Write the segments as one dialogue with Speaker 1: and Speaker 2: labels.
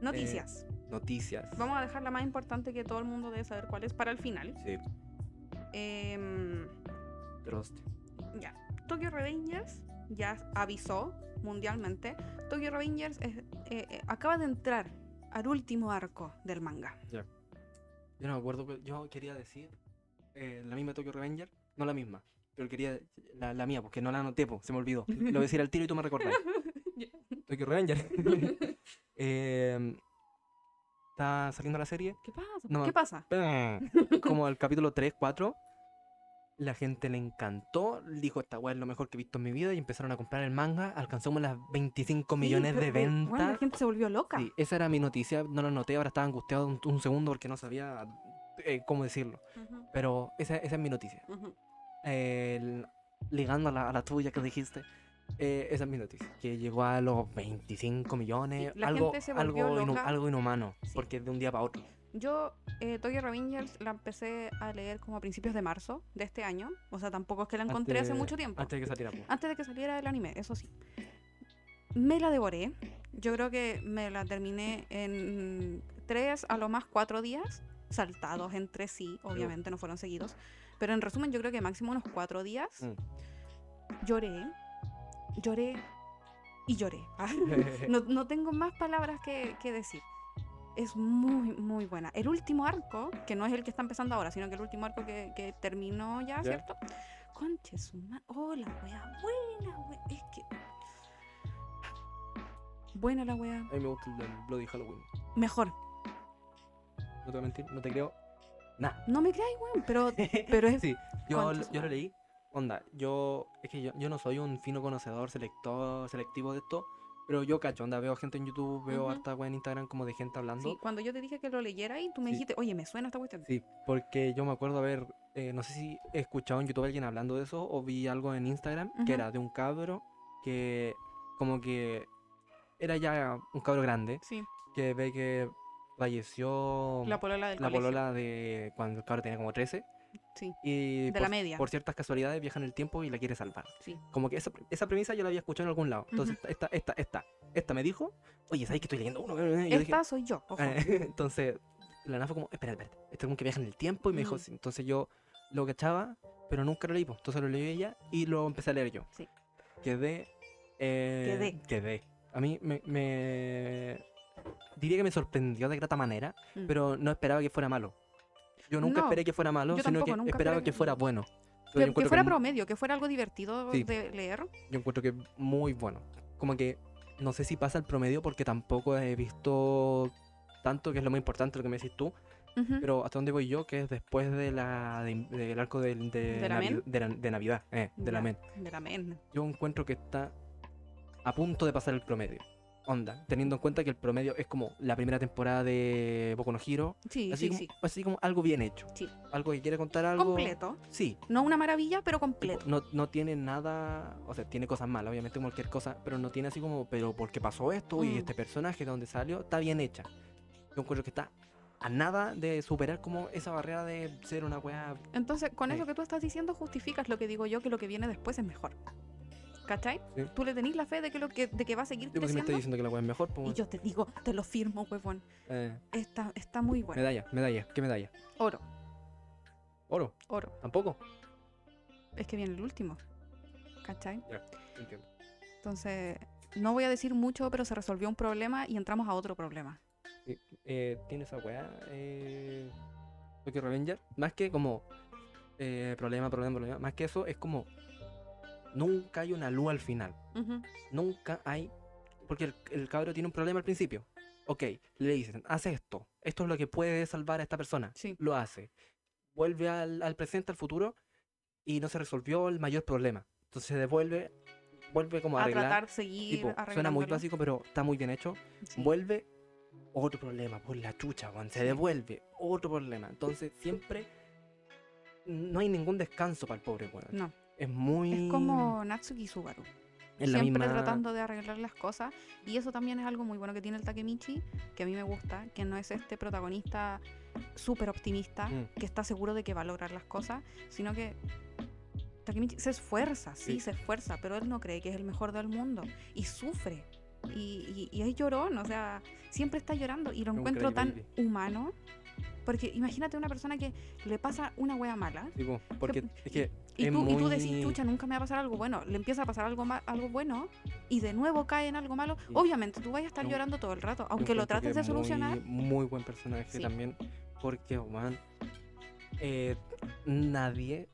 Speaker 1: Noticias.
Speaker 2: Noticias.
Speaker 1: Eh, Vamos a dejar la más importante que todo el mundo debe saber cuál es para el final.
Speaker 2: Sí,
Speaker 1: Em,
Speaker 2: Droste.
Speaker 1: ya. Tokyo Revengers ya avisó mundialmente. Tokyo Revengers es- eh, eh, acaba de entrar al último arco del manga.
Speaker 2: Yo no me acuerdo, cuál- yo quería decir eh, la misma Tokyo Revenger, no la misma, pero quería la, la mía, porque no la anoté, po, se me olvidó. Lo voy a decir al tiro y tú me recordás.
Speaker 1: Ya.
Speaker 2: Tokyo Revenger. Eh, está saliendo la serie.
Speaker 1: ¿Qué pasa?
Speaker 2: No.
Speaker 1: ¿Qué pasa?
Speaker 2: Como al capítulo 3, 4, la gente le encantó, dijo esta weá es lo mejor que he visto en mi vida y empezaron a comprar el manga, alcanzamos las 25 millones
Speaker 1: Sí,
Speaker 2: de
Speaker 1: pero, bueno, la
Speaker 2: ventas.
Speaker 1: gente se volvió loca.
Speaker 2: Sí, esa era mi noticia, no la noté, ahora estaba angustiado un, un segundo porque no sabía eh, cómo decirlo.
Speaker 1: Ujú,
Speaker 2: Pero esa, esa es mi noticia.
Speaker 1: ujú.
Speaker 2: El- ligando a la, a la tuya que dijiste, eh, esa es mi noticia. Que llegó a los 25 millones,
Speaker 1: Sí, la
Speaker 2: algo,
Speaker 1: gente se volvió
Speaker 2: algo, inu-
Speaker 1: loca.
Speaker 2: algo inhumano,
Speaker 1: Sí.
Speaker 2: porque es de un día para otro.
Speaker 1: Yo, eh, Tokyo Revengers la empecé a leer como a principios de marzo de este año. O sea, tampoco es que la encontré hace
Speaker 2: Antes-
Speaker 1: mucho tiempo.
Speaker 2: Antes de que saliera. po.
Speaker 1: antes de que saliera el anime, eso sí. Me la devoré. Yo creo que me la terminé en tres a lo más cuatro días, saltados entre sí, obviamente no fueron seguidos. Pero en resumen, yo creo que máximo unos cuatro días. Lloré, lloré y lloré. No, no tengo más palabras que, que decir. Es muy, muy buena. El último arco, que no es el que está empezando ahora, sino que el último arco que, que terminó ya,
Speaker 2: Ya.
Speaker 1: ¿cierto? Conche su ma- Oh, la wea, buena, wea. Es que. Buena la wea.
Speaker 2: A mí me gusta el del Bloody Halloween.
Speaker 1: Mejor.
Speaker 2: No te voy a mentir, no te creo. Nada.
Speaker 1: No me creáis, weón, pero, pero es.
Speaker 2: sí, yo,
Speaker 1: ¿Cuántos?
Speaker 2: yo lo leí. Onda, yo. Es que yo, yo no soy un fino conocedor, selector, selectivo de esto. Pero yo cacho, onda, veo gente en YouTube, veo
Speaker 1: Ujú.
Speaker 2: harta wea en Instagram como de gente hablando.
Speaker 1: Sí, cuando yo te dije que lo leyera y tú me
Speaker 2: Sí.
Speaker 1: dijiste, oye, me suena esta cuestión.
Speaker 2: Sí, porque yo me acuerdo haber, eh, no sé si he escuchado en YouTube a alguien hablando de eso o vi algo en Instagram
Speaker 1: Ujú.
Speaker 2: que era de un cabro que como que era ya un cabro grande
Speaker 1: Sí,
Speaker 2: que ve que falleció
Speaker 1: la polola del
Speaker 2: la
Speaker 1: colegio.
Speaker 2: polola de cuando el cabro tenía como 13
Speaker 1: Sí,
Speaker 2: y
Speaker 1: de
Speaker 2: por,
Speaker 1: la media.
Speaker 2: por ciertas casualidades viaja en el tiempo y la quiere salvar.
Speaker 1: Sí.
Speaker 2: Como que esa, pre- esa premisa yo la había escuchado en algún lado. Entonces esta, esta, esta, esta me dijo, oye, ¿sabes que estoy leyendo uno? Y yo dije,
Speaker 1: Esta soy yo, ojo.
Speaker 2: eh, Entonces, la nada fue como, espera, espera, este como que viaja en el tiempo y me dijo,
Speaker 1: Mm.
Speaker 2: "Sí". entonces yo lo cachaba, pero nunca lo leí, pues, entonces lo leí ella y lo empecé a leer yo.
Speaker 1: Sí.
Speaker 2: Quedé. eh,
Speaker 1: Quedé.
Speaker 2: Quedé. A mí me, me- Diría que me sorprendió de grata manera,
Speaker 1: Mm.
Speaker 2: pero no esperaba que fuera malo. Yo nunca
Speaker 1: No,
Speaker 2: esperé que fuera malo,
Speaker 1: yo
Speaker 2: sino
Speaker 1: tampoco,
Speaker 2: que
Speaker 1: nunca
Speaker 2: esperaba
Speaker 1: esperé
Speaker 2: que
Speaker 1: que-
Speaker 2: fuera bueno. Pero yo
Speaker 1: que, que
Speaker 2: encuentro
Speaker 1: fuera
Speaker 2: que-
Speaker 1: promedio, que fuera algo divertido
Speaker 2: Sí.
Speaker 1: de leer.
Speaker 2: yo encuentro que muy bueno. Como que no sé si pasa el promedio porque tampoco he visto tanto, que es lo más importante, lo que me decís tú.
Speaker 1: Ujú.
Speaker 2: Pero hasta dónde voy yo, que es después de la, de- del arco del- de,
Speaker 1: ¿De la
Speaker 2: Navi-
Speaker 1: men?
Speaker 2: de la- de Navidad, eh, de la
Speaker 1: Ya,
Speaker 2: men.
Speaker 1: De la men.
Speaker 2: Yo encuentro que está a punto de pasar el promedio. Onda, teniendo en cuenta que el promedio es como la primera temporada de Boku no Hero.
Speaker 1: Sí,
Speaker 2: así,
Speaker 1: sí,
Speaker 2: como,
Speaker 1: sí.
Speaker 2: así como algo bien hecho.
Speaker 1: Sí.
Speaker 2: Algo que quiere contar algo.
Speaker 1: Completo.
Speaker 2: Sí.
Speaker 1: No una maravilla, pero
Speaker 2: tipo,
Speaker 1: completo.
Speaker 2: No, no tiene nada. O sea, tiene cosas malas, obviamente, como cualquier cosa. Pero no tiene así como, pero ¿por qué pasó esto? Y
Speaker 1: Mm.
Speaker 2: este personaje, ¿de dónde salió? Está bien hecha. Yo encuentro que está a nada de superar como esa barrera de ser una weá
Speaker 1: Entonces, con
Speaker 2: Sí.
Speaker 1: eso que tú estás diciendo, justificas lo que digo yo, que lo que viene después es mejor. ¿Cachai?
Speaker 2: Sí.
Speaker 1: Tú le tenés la fe de que, lo que, de que va a seguir
Speaker 2: Yo pues si me
Speaker 1: creciendo.
Speaker 2: está diciendo que la weá es mejor, pues.
Speaker 1: y yo te digo, te lo firmo, huevón.
Speaker 2: eh,
Speaker 1: Está, está muy bueno.
Speaker 2: Medalla, medalla, ¿qué medalla?
Speaker 1: Oro,
Speaker 2: Oro,
Speaker 1: oro.
Speaker 2: tampoco.
Speaker 1: Es que viene el último. ¿Cachai?
Speaker 2: Entiendo.
Speaker 1: Entonces, no voy a decir mucho, pero se resolvió un problema y entramos a otro problema.
Speaker 2: Eh, Tiene esa weá. Eh, Tokyo Revenger. Más que como. eh, problema, problema, problema. Más que eso, es como. Nunca hay una luz al final.
Speaker 1: Ujú.
Speaker 2: Nunca hay. Porque el, el cabro tiene un problema al principio. Ok, le dicen, haz esto. Esto es lo que puede salvar a esta persona.
Speaker 1: Sí.
Speaker 2: Lo hace. Vuelve al, al presente, al futuro. Y no se resolvió el mayor problema. Entonces se devuelve. Vuelve como a,
Speaker 1: A
Speaker 2: arreglar.
Speaker 1: tratar, seguir,
Speaker 2: Tipo,
Speaker 1: arreglándolo.
Speaker 2: suena muy básico, pero está muy bien hecho.
Speaker 1: Sí.
Speaker 2: Vuelve otro problema, por la chucha, weón. Se
Speaker 1: Sí.
Speaker 2: devuelve otro problema. Entonces, siempre no hay ningún descanso para el pobre, weón.
Speaker 1: No.
Speaker 2: Es muy.
Speaker 1: Es como Natsuki Subaru.
Speaker 2: en la
Speaker 1: siempre
Speaker 2: misma-
Speaker 1: tratando de arreglar las cosas. Y eso también es algo muy bueno que tiene el Takemichi, que a mí me gusta, que no es este protagonista súper optimista,
Speaker 2: Mm.
Speaker 1: que está seguro de que va a lograr las cosas, sino que Takemichi se esfuerza, sí,
Speaker 2: Sí.
Speaker 1: se esfuerza, pero él no cree que es el mejor del mundo y sufre. Y, y, y es llorón, o sea, siempre está llorando y lo
Speaker 2: un
Speaker 1: encuentro tan
Speaker 2: crybaby.
Speaker 1: humano. Porque imagínate una persona que le pasa una wea mala
Speaker 2: Digo, porque es que
Speaker 1: y
Speaker 2: es
Speaker 1: tú, y tú decís,
Speaker 2: muy-
Speaker 1: chucha, nunca me va a pasar algo bueno. Le empieza a pasar algo, ma- algo bueno y de nuevo cae en algo malo.
Speaker 2: Sí.
Speaker 1: Obviamente tú vas a estar
Speaker 2: Yo-
Speaker 1: llorando todo el rato,
Speaker 2: Yo
Speaker 1: aunque lo
Speaker 2: encuentro que
Speaker 1: trates de
Speaker 2: es muy-
Speaker 1: solucionar.
Speaker 2: Muy, buen personaje
Speaker 1: Sí.
Speaker 2: también. Porque, oh, man, eh, nadie.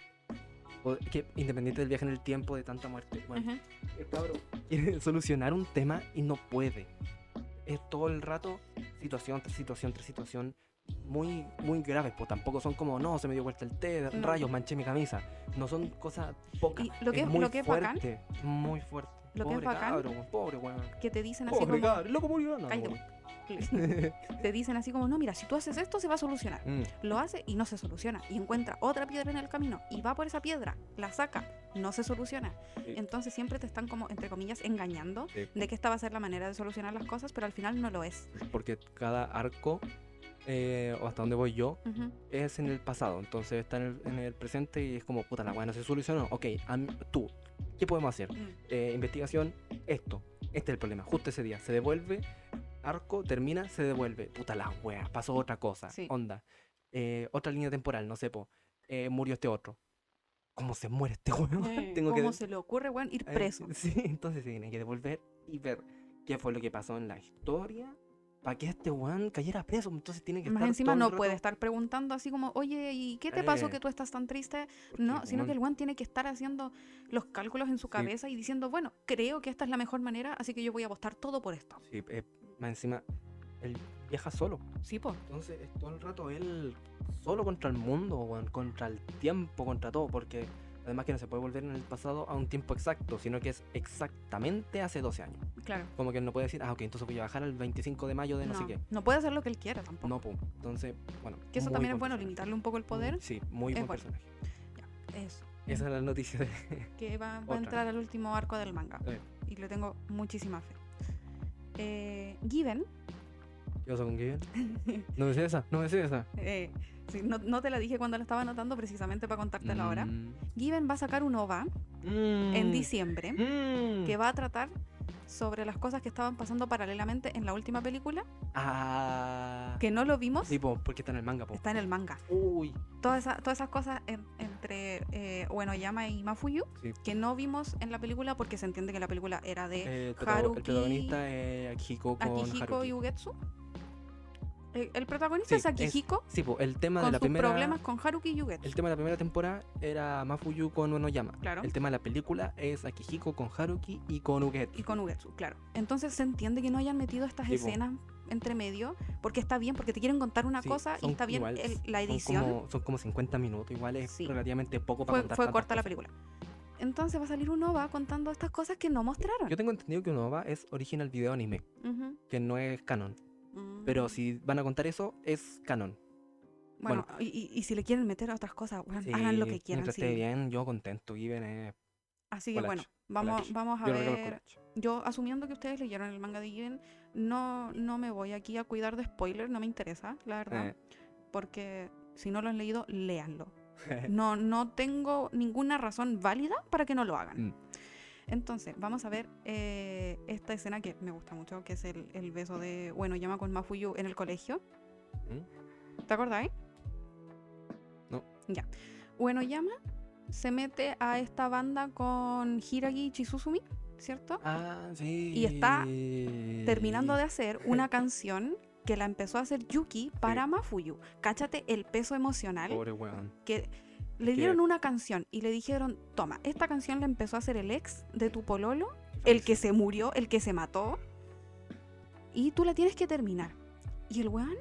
Speaker 2: o- que independiente del viaje en el tiempo, de tanta muerte. weón,
Speaker 1: Ajá.
Speaker 2: el cabro quiere solucionar un tema y no puede. Es todo el rato situación tras situación tras situación muy, muy graves. Pues tampoco son como, no, se me dio vuelta el té,
Speaker 1: No.
Speaker 2: rayos, manché mi camisa. No son cosas pocas.
Speaker 1: Y lo que es-
Speaker 2: muy
Speaker 1: lo que es bacán-
Speaker 2: fuerte, muy fuerte.
Speaker 1: lo que es
Speaker 2: pobre
Speaker 1: bacán-
Speaker 2: cabro, weón, pobre weón.
Speaker 1: Que te dicen así
Speaker 2: Pobre
Speaker 1: como...
Speaker 2: cabro, loco murió. No, no
Speaker 1: "Cállate,
Speaker 2: murió.
Speaker 1: weón". te dicen así como, no, mira, si tú haces esto se va a solucionar.
Speaker 2: Mm.
Speaker 1: Lo hace y no se soluciona. Y encuentra otra piedra en el camino y va por esa piedra, la saca, no se soluciona.
Speaker 2: Sí.
Speaker 1: Entonces siempre te están como, entre comillas, engañando
Speaker 2: Sí.
Speaker 1: de que esta va a ser la manera de solucionar las cosas, pero al final no lo es.
Speaker 2: Mm, porque cada arco, eh, o hasta donde voy yo,
Speaker 1: Ujú.
Speaker 2: es en el pasado. Entonces está en el, en el presente y es como, puta, la weá no se solucionó. Ok, am- tú, ¿qué podemos hacer?
Speaker 1: Mm.
Speaker 2: Eh, investigación, esto. Este es el problema, justo ese día. Se devuelve, arco, termina, se devuelve. Puta, las weas, pasó otra cosa.
Speaker 1: Sí.
Speaker 2: Onda. Eh, otra línea temporal, no sé, po. Eh, murió este otro. ¿Cómo se muere este weón? Tengo que
Speaker 1: ¿Cómo Mm. se le ocurre, weón, ir
Speaker 2: eh,
Speaker 1: preso?
Speaker 2: Sí, entonces se tiene que devolver y ver qué fue lo que pasó en la historia para que este weón cayera preso. Entonces tiene que
Speaker 1: Más
Speaker 2: estar
Speaker 1: encima
Speaker 2: todo el
Speaker 1: no
Speaker 2: rato-
Speaker 1: puede estar preguntando así como, oye, ¿y qué te pasó
Speaker 2: Eh. Pues
Speaker 1: que tú estás tan triste?
Speaker 2: Porque,
Speaker 1: No, sino que el
Speaker 2: weón,
Speaker 1: one tiene que estar haciendo los cálculos en su
Speaker 2: Sí.
Speaker 1: cabeza y diciendo, bueno, creo que esta es la mejor manera, así que yo voy a apostar todo por esto.
Speaker 2: sí, eh, más encima, él viaja solo.
Speaker 1: Sí, po.
Speaker 2: Entonces es todo el rato él solo contra el mundo, weón, contra el tiempo, contra todo, porque además que no se puede volver en el pasado a un tiempo exacto, sino que es exactamente hace 12 años.
Speaker 1: Claro.
Speaker 2: Como que él no puede decir, ah, ok, entonces voy a bajar al 25 de mayo de no, sé
Speaker 1: No,
Speaker 2: qué.
Speaker 1: no puede hacer lo que él quiera tampoco.
Speaker 2: No, pum. Entonces, bueno.
Speaker 1: que eso también
Speaker 2: muy
Speaker 1: es
Speaker 2: buen
Speaker 1: bueno,
Speaker 2: personaje.
Speaker 1: limitarle un poco el poder.
Speaker 2: Muy- Sí, muy
Speaker 1: es
Speaker 2: buen
Speaker 1: bueno.
Speaker 2: personaje.
Speaker 1: Eso.
Speaker 2: Esa es la noticia de...
Speaker 1: Que va, va
Speaker 2: Otra.
Speaker 1: a entrar al último arco del manga.
Speaker 2: Eh.
Speaker 1: Y le tengo muchísima fe. Eh, Given,
Speaker 2: ¿Qué pasó con Given? No me sé esa, no me sé esa.
Speaker 1: eh, sí, no, no te la dije cuando la estaba anotando precisamente para contártela ahora.
Speaker 2: Mm.
Speaker 1: Given va a sacar un OVA en
Speaker 2: Mm.
Speaker 1: diciembre
Speaker 2: Mm.
Speaker 1: que va a tratar sobre las cosas que estaban pasando paralelamente en la última película,
Speaker 2: Ah.
Speaker 1: que no lo vimos,
Speaker 2: Sí, po, porque está en el manga, po.
Speaker 1: está en el manga.
Speaker 2: Uy.
Speaker 1: Todas esas, todas esas cosas en- entre eh, Uenoyama y Mafuyu
Speaker 2: Sí.
Speaker 1: que no vimos en la película porque se entiende que la película era de
Speaker 2: Eh, el protago-
Speaker 1: Haruki-
Speaker 2: El protagonista es Akihiko con
Speaker 1: Akihiko
Speaker 2: Haruki.
Speaker 1: y Ugetsu. El, el protagonista
Speaker 2: Sí,
Speaker 1: es Akihiko
Speaker 2: Sí, po, el tema
Speaker 1: con
Speaker 2: de
Speaker 1: sus
Speaker 2: la primera...
Speaker 1: problemas con Haruki y Ugetsu.
Speaker 2: El tema de la primera temporada era Mafuyu con Uenoyama.
Speaker 1: Claro.
Speaker 2: El tema de la película es Akihiko con Haruki y con Ugetsu.
Speaker 1: y con Ugetsu, claro. Entonces se entiende que no hayan metido estas
Speaker 2: Sí, po.
Speaker 1: escenas entre medio, porque está bien, porque te quieren contar una
Speaker 2: Sí,
Speaker 1: cosa y
Speaker 2: son
Speaker 1: está bien
Speaker 2: igual,
Speaker 1: el- la
Speaker 2: son
Speaker 1: edición.
Speaker 2: como- Son como, 50 minutos, igual es
Speaker 1: Sí.
Speaker 2: relativamente poco para
Speaker 1: fue,
Speaker 2: contar
Speaker 1: fue
Speaker 2: tantas
Speaker 1: corta la
Speaker 2: cosas.
Speaker 1: película. Entonces va a salir un OVA contando estas cosas que no mostraron.
Speaker 2: Yo tengo entendido que un OVA es original video anime,
Speaker 1: Ujú.
Speaker 2: que no es canon.
Speaker 1: Mm.
Speaker 2: Pero si van a contar eso, es canon.
Speaker 1: Bueno, y, y- y si le quieren meter a otras cosas, bueno, hagan lo que
Speaker 2: Sí,
Speaker 1: quieran.
Speaker 2: Mientras
Speaker 1: sí.
Speaker 2: esté bien, yo contento. Given es.
Speaker 1: Así que
Speaker 2: Collage,
Speaker 1: bueno, vamos,
Speaker 2: collage.
Speaker 1: vamos a
Speaker 2: Yo regalo el
Speaker 1: ver.
Speaker 2: collage.
Speaker 1: Yo, asumiendo que ustedes leyeron el manga de Given, no, no me voy aquí a cuidar de spoiler, no me interesa, la verdad.
Speaker 2: Eh,
Speaker 1: Porque si no lo han leído, léanlo. No, no tengo ninguna razón válida para que no lo hagan.
Speaker 2: Mm.
Speaker 1: Entonces, vamos a ver eh, esta escena que me gusta mucho, que es el, el beso de, bueno, llama con Mafuyu en el colegio.
Speaker 2: Eh, ¿Mm?
Speaker 1: ¿Te acordáis?
Speaker 2: No.
Speaker 1: Ya. Bueno, llama se mete a esta banda con Hiragi y Chizuzumi, ¿cierto?
Speaker 2: Ah, sí.
Speaker 1: Y está Terminando de hacer una canción que la empezó a hacer Yuki para Mafuyu. Cáchate el peso emocional
Speaker 2: Pobre weón.
Speaker 1: que le
Speaker 2: Que-
Speaker 1: dieron una canción y le dijeron, toma, esta canción la empezó a hacer el ex de tu pololo, el que se murió, el que se mató, y tú la tienes que terminar. Y el weón,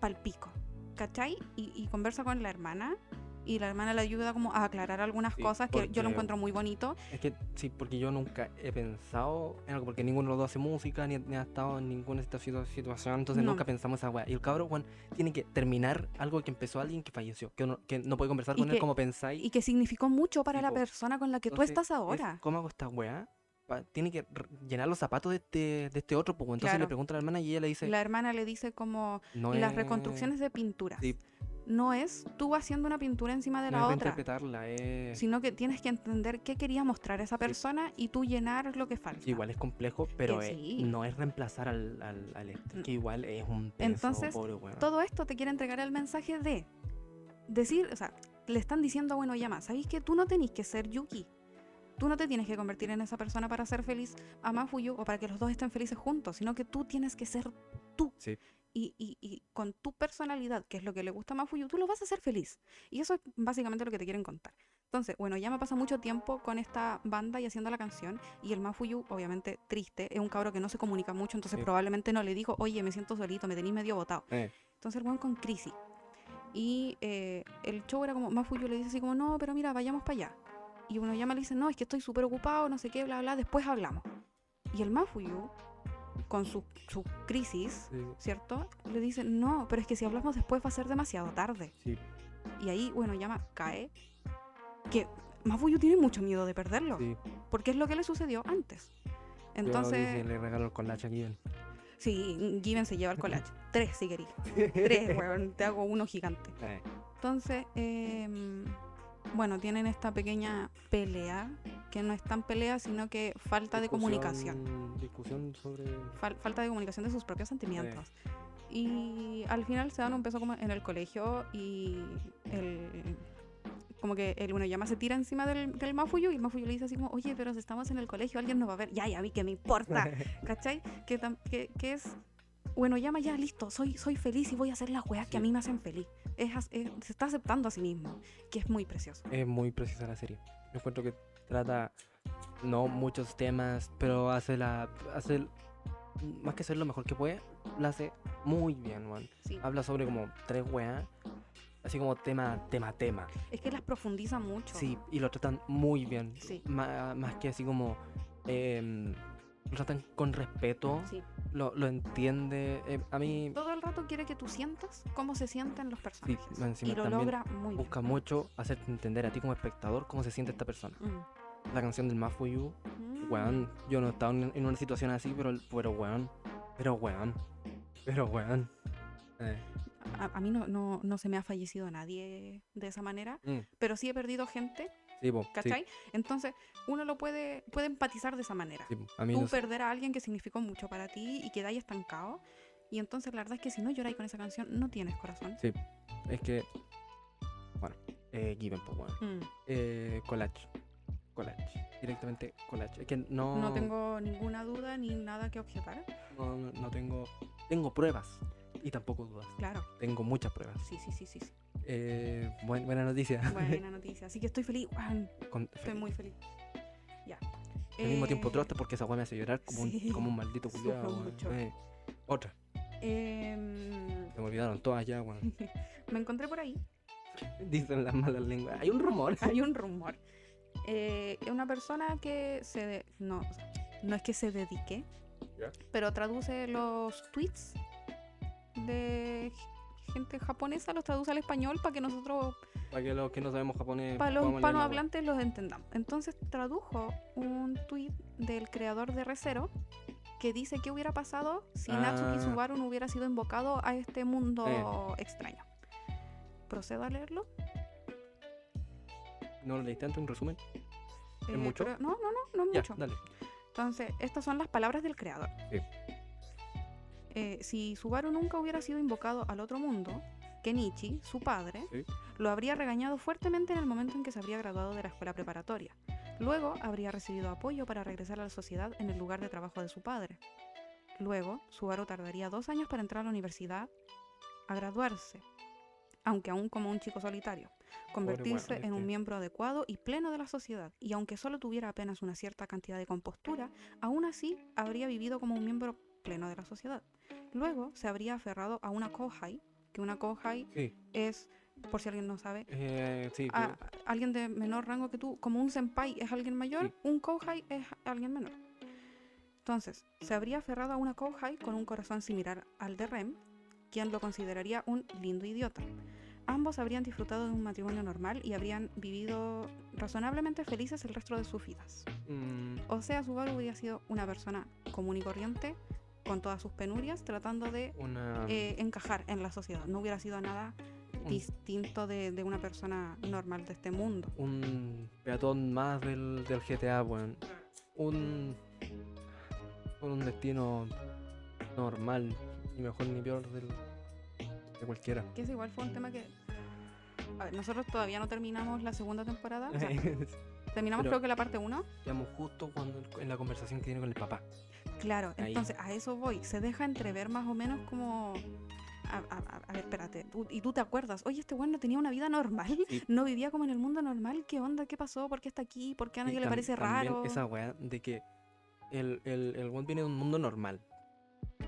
Speaker 1: palpico, ¿cachai? Y, y conversa con la hermana. Y la hermana le ayuda como a aclarar algunas
Speaker 2: Sí,
Speaker 1: cosas que yo
Speaker 2: porque-
Speaker 1: lo encuentro muy bonito.
Speaker 2: Es que sí, porque yo nunca he pensado en algo, porque ninguno de los dos hace música, ni, ni ha estado en ninguna esta situ- situación, entonces
Speaker 1: No.
Speaker 2: nunca pensamos esa weá. Y el cabrón, Juan, tiene que terminar algo que empezó alguien que falleció, que no, que no puede conversar
Speaker 1: Y
Speaker 2: con él
Speaker 1: que-
Speaker 2: como pensáis.
Speaker 1: Y que significó mucho para
Speaker 2: Sí,
Speaker 1: la
Speaker 2: po.
Speaker 1: persona con la que tú
Speaker 2: Entonces,
Speaker 1: estás
Speaker 2: es,
Speaker 1: ahora.
Speaker 2: ¿Cómo hago esta weá? Pa- Tiene que r- llenar los zapatos de este, de este otro, pues. Entonces le
Speaker 1: Claro.
Speaker 2: pregunta a la hermana y ella le dice,
Speaker 1: La hermana le dice como
Speaker 2: no
Speaker 1: las
Speaker 2: es-
Speaker 1: reconstrucciones de pinturas.
Speaker 2: Sí.
Speaker 1: no es tú haciendo una pintura encima de la
Speaker 2: no es de
Speaker 1: otra,
Speaker 2: interpretarla, es...
Speaker 1: sino que tienes que entender qué quería mostrar esa persona y tú llenar lo que falta.
Speaker 2: que igual es complejo, pero eh,
Speaker 1: sí.
Speaker 2: no es reemplazar al, al, al este,
Speaker 1: No.
Speaker 2: que igual es un peso,
Speaker 1: Entonces,
Speaker 2: pobre weón.
Speaker 1: Todo esto te quiere entregar el mensaje de decir, o sea, le están diciendo a Bueno Yama, ¿sabéis que tú no tenés que ser Yuki? Tú no te tienes que convertir en esa persona para ser feliz a Mafuyu o para que los dos estén felices juntos, sino que tú tienes que ser tú.
Speaker 2: Sí.
Speaker 1: Y, y- y con tu personalidad, que es lo que le gusta a Mafuyu, tú lo vas a hacer feliz. Y eso es básicamente lo que te quieren contar. Entonces, bueno, Yama pasa mucho tiempo con esta banda y haciendo la canción. Y el Mafuyu, obviamente triste, es un cabro que no se comunica mucho, entonces
Speaker 2: Sí.
Speaker 1: probablemente no le dijo, oye, me siento solito, me tenéis medio botado.
Speaker 2: Eh,
Speaker 1: Entonces el weón con crisis. Y eh, el show era como, Mafuyu le dice así como, no, pero mira, vayamos para allá. Y uno llama y le dice, no, es que estoy súper ocupado, no sé qué, bla, bla, después hablamos. Y el Mafuyu, con su, su crisis,
Speaker 2: sí,
Speaker 1: ¿cierto? Le dice, no, pero es que si hablamos después va a ser demasiado tarde.
Speaker 2: sí,
Speaker 1: Y ahí, bueno, llama, cae. Que Mafuyu tiene mucho miedo de perderlo,
Speaker 2: sí.
Speaker 1: porque es lo que le sucedió antes.
Speaker 2: Yo dije,
Speaker 1: Entonces,
Speaker 2: le regalo el colache a Given.
Speaker 1: sí, Given se lleva el collage. Tres, si querís. Tres, weón, te hago uno gigante.
Speaker 2: Eh,
Speaker 1: Entonces, em, bueno, tienen esta pequeña pelea, que no es tan pelea, sino que falta de comunicación.
Speaker 2: Discusión sobre...
Speaker 1: Fal- falta de comunicación de sus propios sentimientos. Y al final se dan un beso como en el colegio y el... Como que el uno llama se tira encima del, del Mafuyu y el Mafuyu le dice así como, oye, pero si estamos en el colegio, alguien nos va a ver. Ya, ya vi que me importa. ¿Cachai? Que, tam- que, que es... Bueno, llama ya, listo, soy, soy feliz y voy a hacer las weas que a
Speaker 2: Sí.
Speaker 1: mí me hacen feliz. Es as- es- se está aceptando a sí mismo, que es muy precioso.
Speaker 2: es muy precisa la serie. Yo encuentro que trata no muchos temas, pero hace la hace el- más que ser lo mejor que puede, la hace muy bien, weón.
Speaker 1: Sí.
Speaker 2: Habla sobre como tres weas, así como tema, tema, tema.
Speaker 1: Es que las profundiza mucho.
Speaker 2: Sí, y lo tratan muy bien.
Speaker 1: Sí.
Speaker 2: Ma- más que así como em, lo tratan con respeto,
Speaker 1: Sí.
Speaker 2: lo, lo entiende. eh, a mí
Speaker 1: Todo el rato quiere que tú sientas cómo se sienten los personajes.
Speaker 2: más encima
Speaker 1: y lo
Speaker 2: también
Speaker 1: logra muy bien.
Speaker 2: busca mucho hacerte entender a ti como espectador cómo se siente esta persona.
Speaker 1: Mm.
Speaker 2: La canción del Mafuyu
Speaker 1: Mm.
Speaker 2: Weón, yo no he estado en en una situación así, pero, pero weón, pero weón, pero weón. Eh,
Speaker 1: A, a mí no, no, no se me ha fallecido nadie de esa manera,
Speaker 2: mm,
Speaker 1: pero sí he perdido gente,
Speaker 2: sí, po, sí,
Speaker 1: ¿cachai? Entonces, uno lo puede, puede empatizar de esa manera.
Speaker 2: sí, po, a mí
Speaker 1: Tú
Speaker 2: no sé,
Speaker 1: perder a alguien que significó mucho para ti y quedáis estancado. Y entonces la verdad es que si no lloráis con esa canción, no tienes corazón.
Speaker 2: es que, bueno, eh, Given, po, weón.
Speaker 1: Mm.
Speaker 2: Eh, collage, collage, directamente collage. Es que no,
Speaker 1: No tengo ninguna duda ni nada que objetar.
Speaker 2: no, no- no tengo, tengo pruebas y tampoco dudas.
Speaker 1: Claro,
Speaker 2: Tengo muchas pruebas.
Speaker 1: sí, sí, sí, sí. sí.
Speaker 2: Eh, buen- buena noticia.
Speaker 1: Buena noticia. Así que estoy feliz. Juan,
Speaker 2: Con-
Speaker 1: estoy muy feliz. Ya.
Speaker 2: Al mismo tiempo
Speaker 1: Eh,
Speaker 2: troste porque esa weá me hace llorar como,
Speaker 1: sí,
Speaker 2: un, como un maldito
Speaker 1: sufro
Speaker 2: culiado. weón.
Speaker 1: mucho.
Speaker 2: Eh, Otra,
Speaker 1: em,
Speaker 2: se me olvidaron todas ya, weón.
Speaker 1: me encontré por ahí
Speaker 2: Dicen las malas lenguas. Hay un rumor.
Speaker 1: hay un rumor. Eh, una persona que se... de- no, o sea, no es que se dedique,
Speaker 2: Ya.
Speaker 1: pero traduce los tweets de g- gente japonesa, los traduce al español para que nosotros,
Speaker 2: Para que los que no sabemos japonés.
Speaker 1: para los
Speaker 2: podamos leer la
Speaker 1: hispanohablantes, los entendamos. Entonces tradujo un tweet del creador de Recero que dice qué hubiera pasado si
Speaker 2: Ah.
Speaker 1: Natsuki Subaru no hubiera sido invocado a este mundo
Speaker 2: Eh.
Speaker 1: extraño. Procedo a leerlo.
Speaker 2: wea. ¿No lo leíste antes un resumen? ¿Es
Speaker 1: Eh,
Speaker 2: mucho?
Speaker 1: creo- no, no, no, no es
Speaker 2: Ya,
Speaker 1: mucho.
Speaker 2: dale.
Speaker 1: Entonces, estas son las palabras del creador.
Speaker 2: Sí.
Speaker 1: Eh, si Subaru nunca hubiera sido invocado al otro mundo, Kenichi, su padre,
Speaker 2: Sí.
Speaker 1: lo habría regañado fuertemente en el momento en que se habría graduado de la escuela preparatoria. Luego habría recibido apoyo para regresar a la sociedad en el lugar de trabajo de su padre. Luego, Subaru tardaría dos años para entrar a la universidad a graduarse, aunque aún como un chico solitario, convertirse
Speaker 2: weón,
Speaker 1: en un
Speaker 2: este.
Speaker 1: miembro adecuado y pleno de la sociedad, y aunque solo tuviera apenas una cierta cantidad de compostura, aún así habría vivido como un miembro pleno de la sociedad. Luego se habría aferrado a una kohai, que una kohai
Speaker 2: Sí.
Speaker 1: es, por si alguien no sabe,
Speaker 2: Eh, sí.
Speaker 1: a- alguien de menor rango que tú, como un senpai es alguien mayor,
Speaker 2: Sí.
Speaker 1: un kohai es alguien menor. Entonces, se habría aferrado a una kohai con un corazón similar al de Rem, quien lo consideraría un lindo idiota. Ambos habrían disfrutado de un matrimonio normal y habrían vivido razonablemente felices el resto de sus vidas.
Speaker 2: mm,
Speaker 1: O sea, Subaru hubiera sido una persona común y corriente, con todas sus penurias, tratando de
Speaker 2: una.
Speaker 1: eh, encajar en la sociedad. No hubiera sido nada
Speaker 2: un
Speaker 1: distinto de, de una persona normal de este mundo.
Speaker 2: un peatón más del, del GTA, weón. Un. Un destino normal, ni mejor ni peor del- de cualquiera.
Speaker 1: Que es igual fue un tema que... A ver, nosotros todavía no terminamos la segunda temporada. o sea, terminamos
Speaker 2: pero-
Speaker 1: creo que la parte 1.
Speaker 2: Estamos justo cuando el- en la conversación que tiene con el papá.
Speaker 1: Claro,
Speaker 2: Ahí.
Speaker 1: entonces a eso voy. Se deja entrever más o menos como. A, a- a- a ver, espérate. tú- y tú te acuerdas. Oye, este weón no tenía una vida normal.
Speaker 2: Sí.
Speaker 1: No vivía como en el mundo normal. ¿Qué onda? ¿Qué pasó? ¿Por qué está aquí? ¿Por qué a
Speaker 2: Y
Speaker 1: nadie le
Speaker 2: tam-
Speaker 1: parece
Speaker 2: también
Speaker 1: raro?
Speaker 2: Esa weá de que el, el, el weón viene de un mundo normal.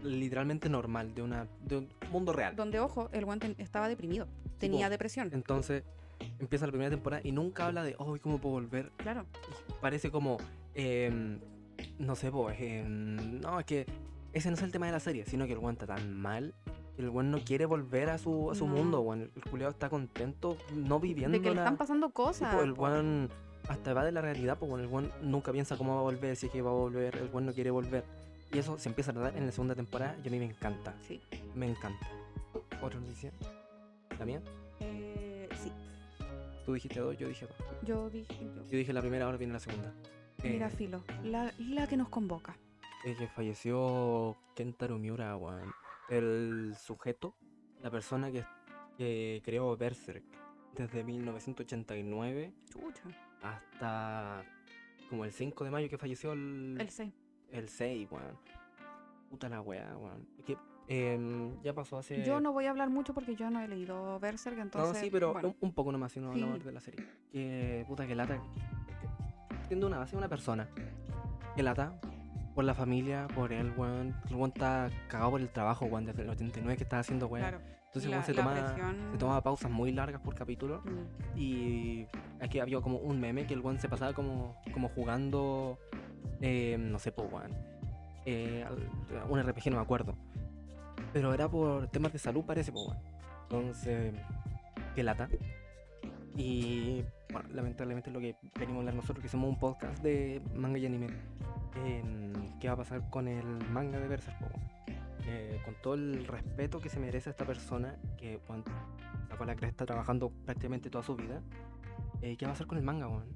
Speaker 2: Literalmente normal, de, una, de un mundo real.
Speaker 1: Donde, ojo, el weón ten- estaba deprimido. Tenía
Speaker 2: po.
Speaker 1: depresión.
Speaker 2: Entonces empieza la primera temporada y nunca habla de, oh, ¿cómo puedo volver?
Speaker 1: Claro.
Speaker 2: parece como, em, no sé, pues, em, no, es que ese no es el tema de la serie, sino que el weón está tan mal que el weón no quiere volver a su, a su
Speaker 1: No.
Speaker 2: mundo, weón. El culiado está contento no viviendo
Speaker 1: De que le
Speaker 2: la-
Speaker 1: están pasando
Speaker 2: Sí,
Speaker 1: cosas.
Speaker 2: pues, el
Speaker 1: po.
Speaker 2: weón hasta va de la realidad, pues, weón. El weón nunca piensa cómo va a volver, si es que va a volver, el weón no quiere volver. Y eso se empieza a tratar en la segunda temporada y a mí me encanta,
Speaker 1: Sí.
Speaker 2: me encanta. Otra noticia, la mía.
Speaker 1: Eh, sí.
Speaker 2: Tú dijiste dos, yo dije dos.
Speaker 1: Yo dije. yo-
Speaker 2: Yo dije la primera, ahora viene la segunda. Eh,
Speaker 1: Mira, Filo. La, la que nos convoca.
Speaker 2: El que falleció Kentaro Miura, weón. El sujeto, la persona que, que creó Berserk desde 1989
Speaker 1: Chucha.
Speaker 2: hasta como el 5 de mayo que falleció
Speaker 1: El
Speaker 2: el,
Speaker 1: 6.
Speaker 2: el 6, weón. Puta la weá, weón. Es que em, ya pasó hace.
Speaker 1: Yo no voy a hablar mucho porque yo no he leído Berserk. Entonces,
Speaker 2: No, sí, pero
Speaker 1: bueno.
Speaker 2: un, un poco nomás, sino
Speaker 1: Sí.
Speaker 2: hablar de la serie. Que puta que lata. Siendo una base, una persona que lata por la familia, por él, weón. El weón está cagado por el trabajo, weón, desde el 89 que estaba haciendo, weón.
Speaker 1: Claro.
Speaker 2: Entonces, el
Speaker 1: la-
Speaker 2: weón se
Speaker 1: la
Speaker 2: toma,
Speaker 1: presión-
Speaker 2: se toma pausas muy largas por capítulo.
Speaker 1: Mm,
Speaker 2: Y aquí había como un meme que el weón se pasaba como, como jugando, eh, no sé, po, weón. Eh, al- un RPG, no me acuerdo. Pero era por temas de salud, parece, po, weón. Entonces, qué lata. Y bueno, lamentablemente es lo que venimos a hablar nosotros, que somos un podcast de manga y anime. Em, ¿Qué va a pasar con el manga de Berserk? po, weón? Eh, con todo el respeto que se merece a esta persona, que weón, sacó la cresta trabajando prácticamente toda su vida. Eh, ¿Qué va a hacer con el manga, weón?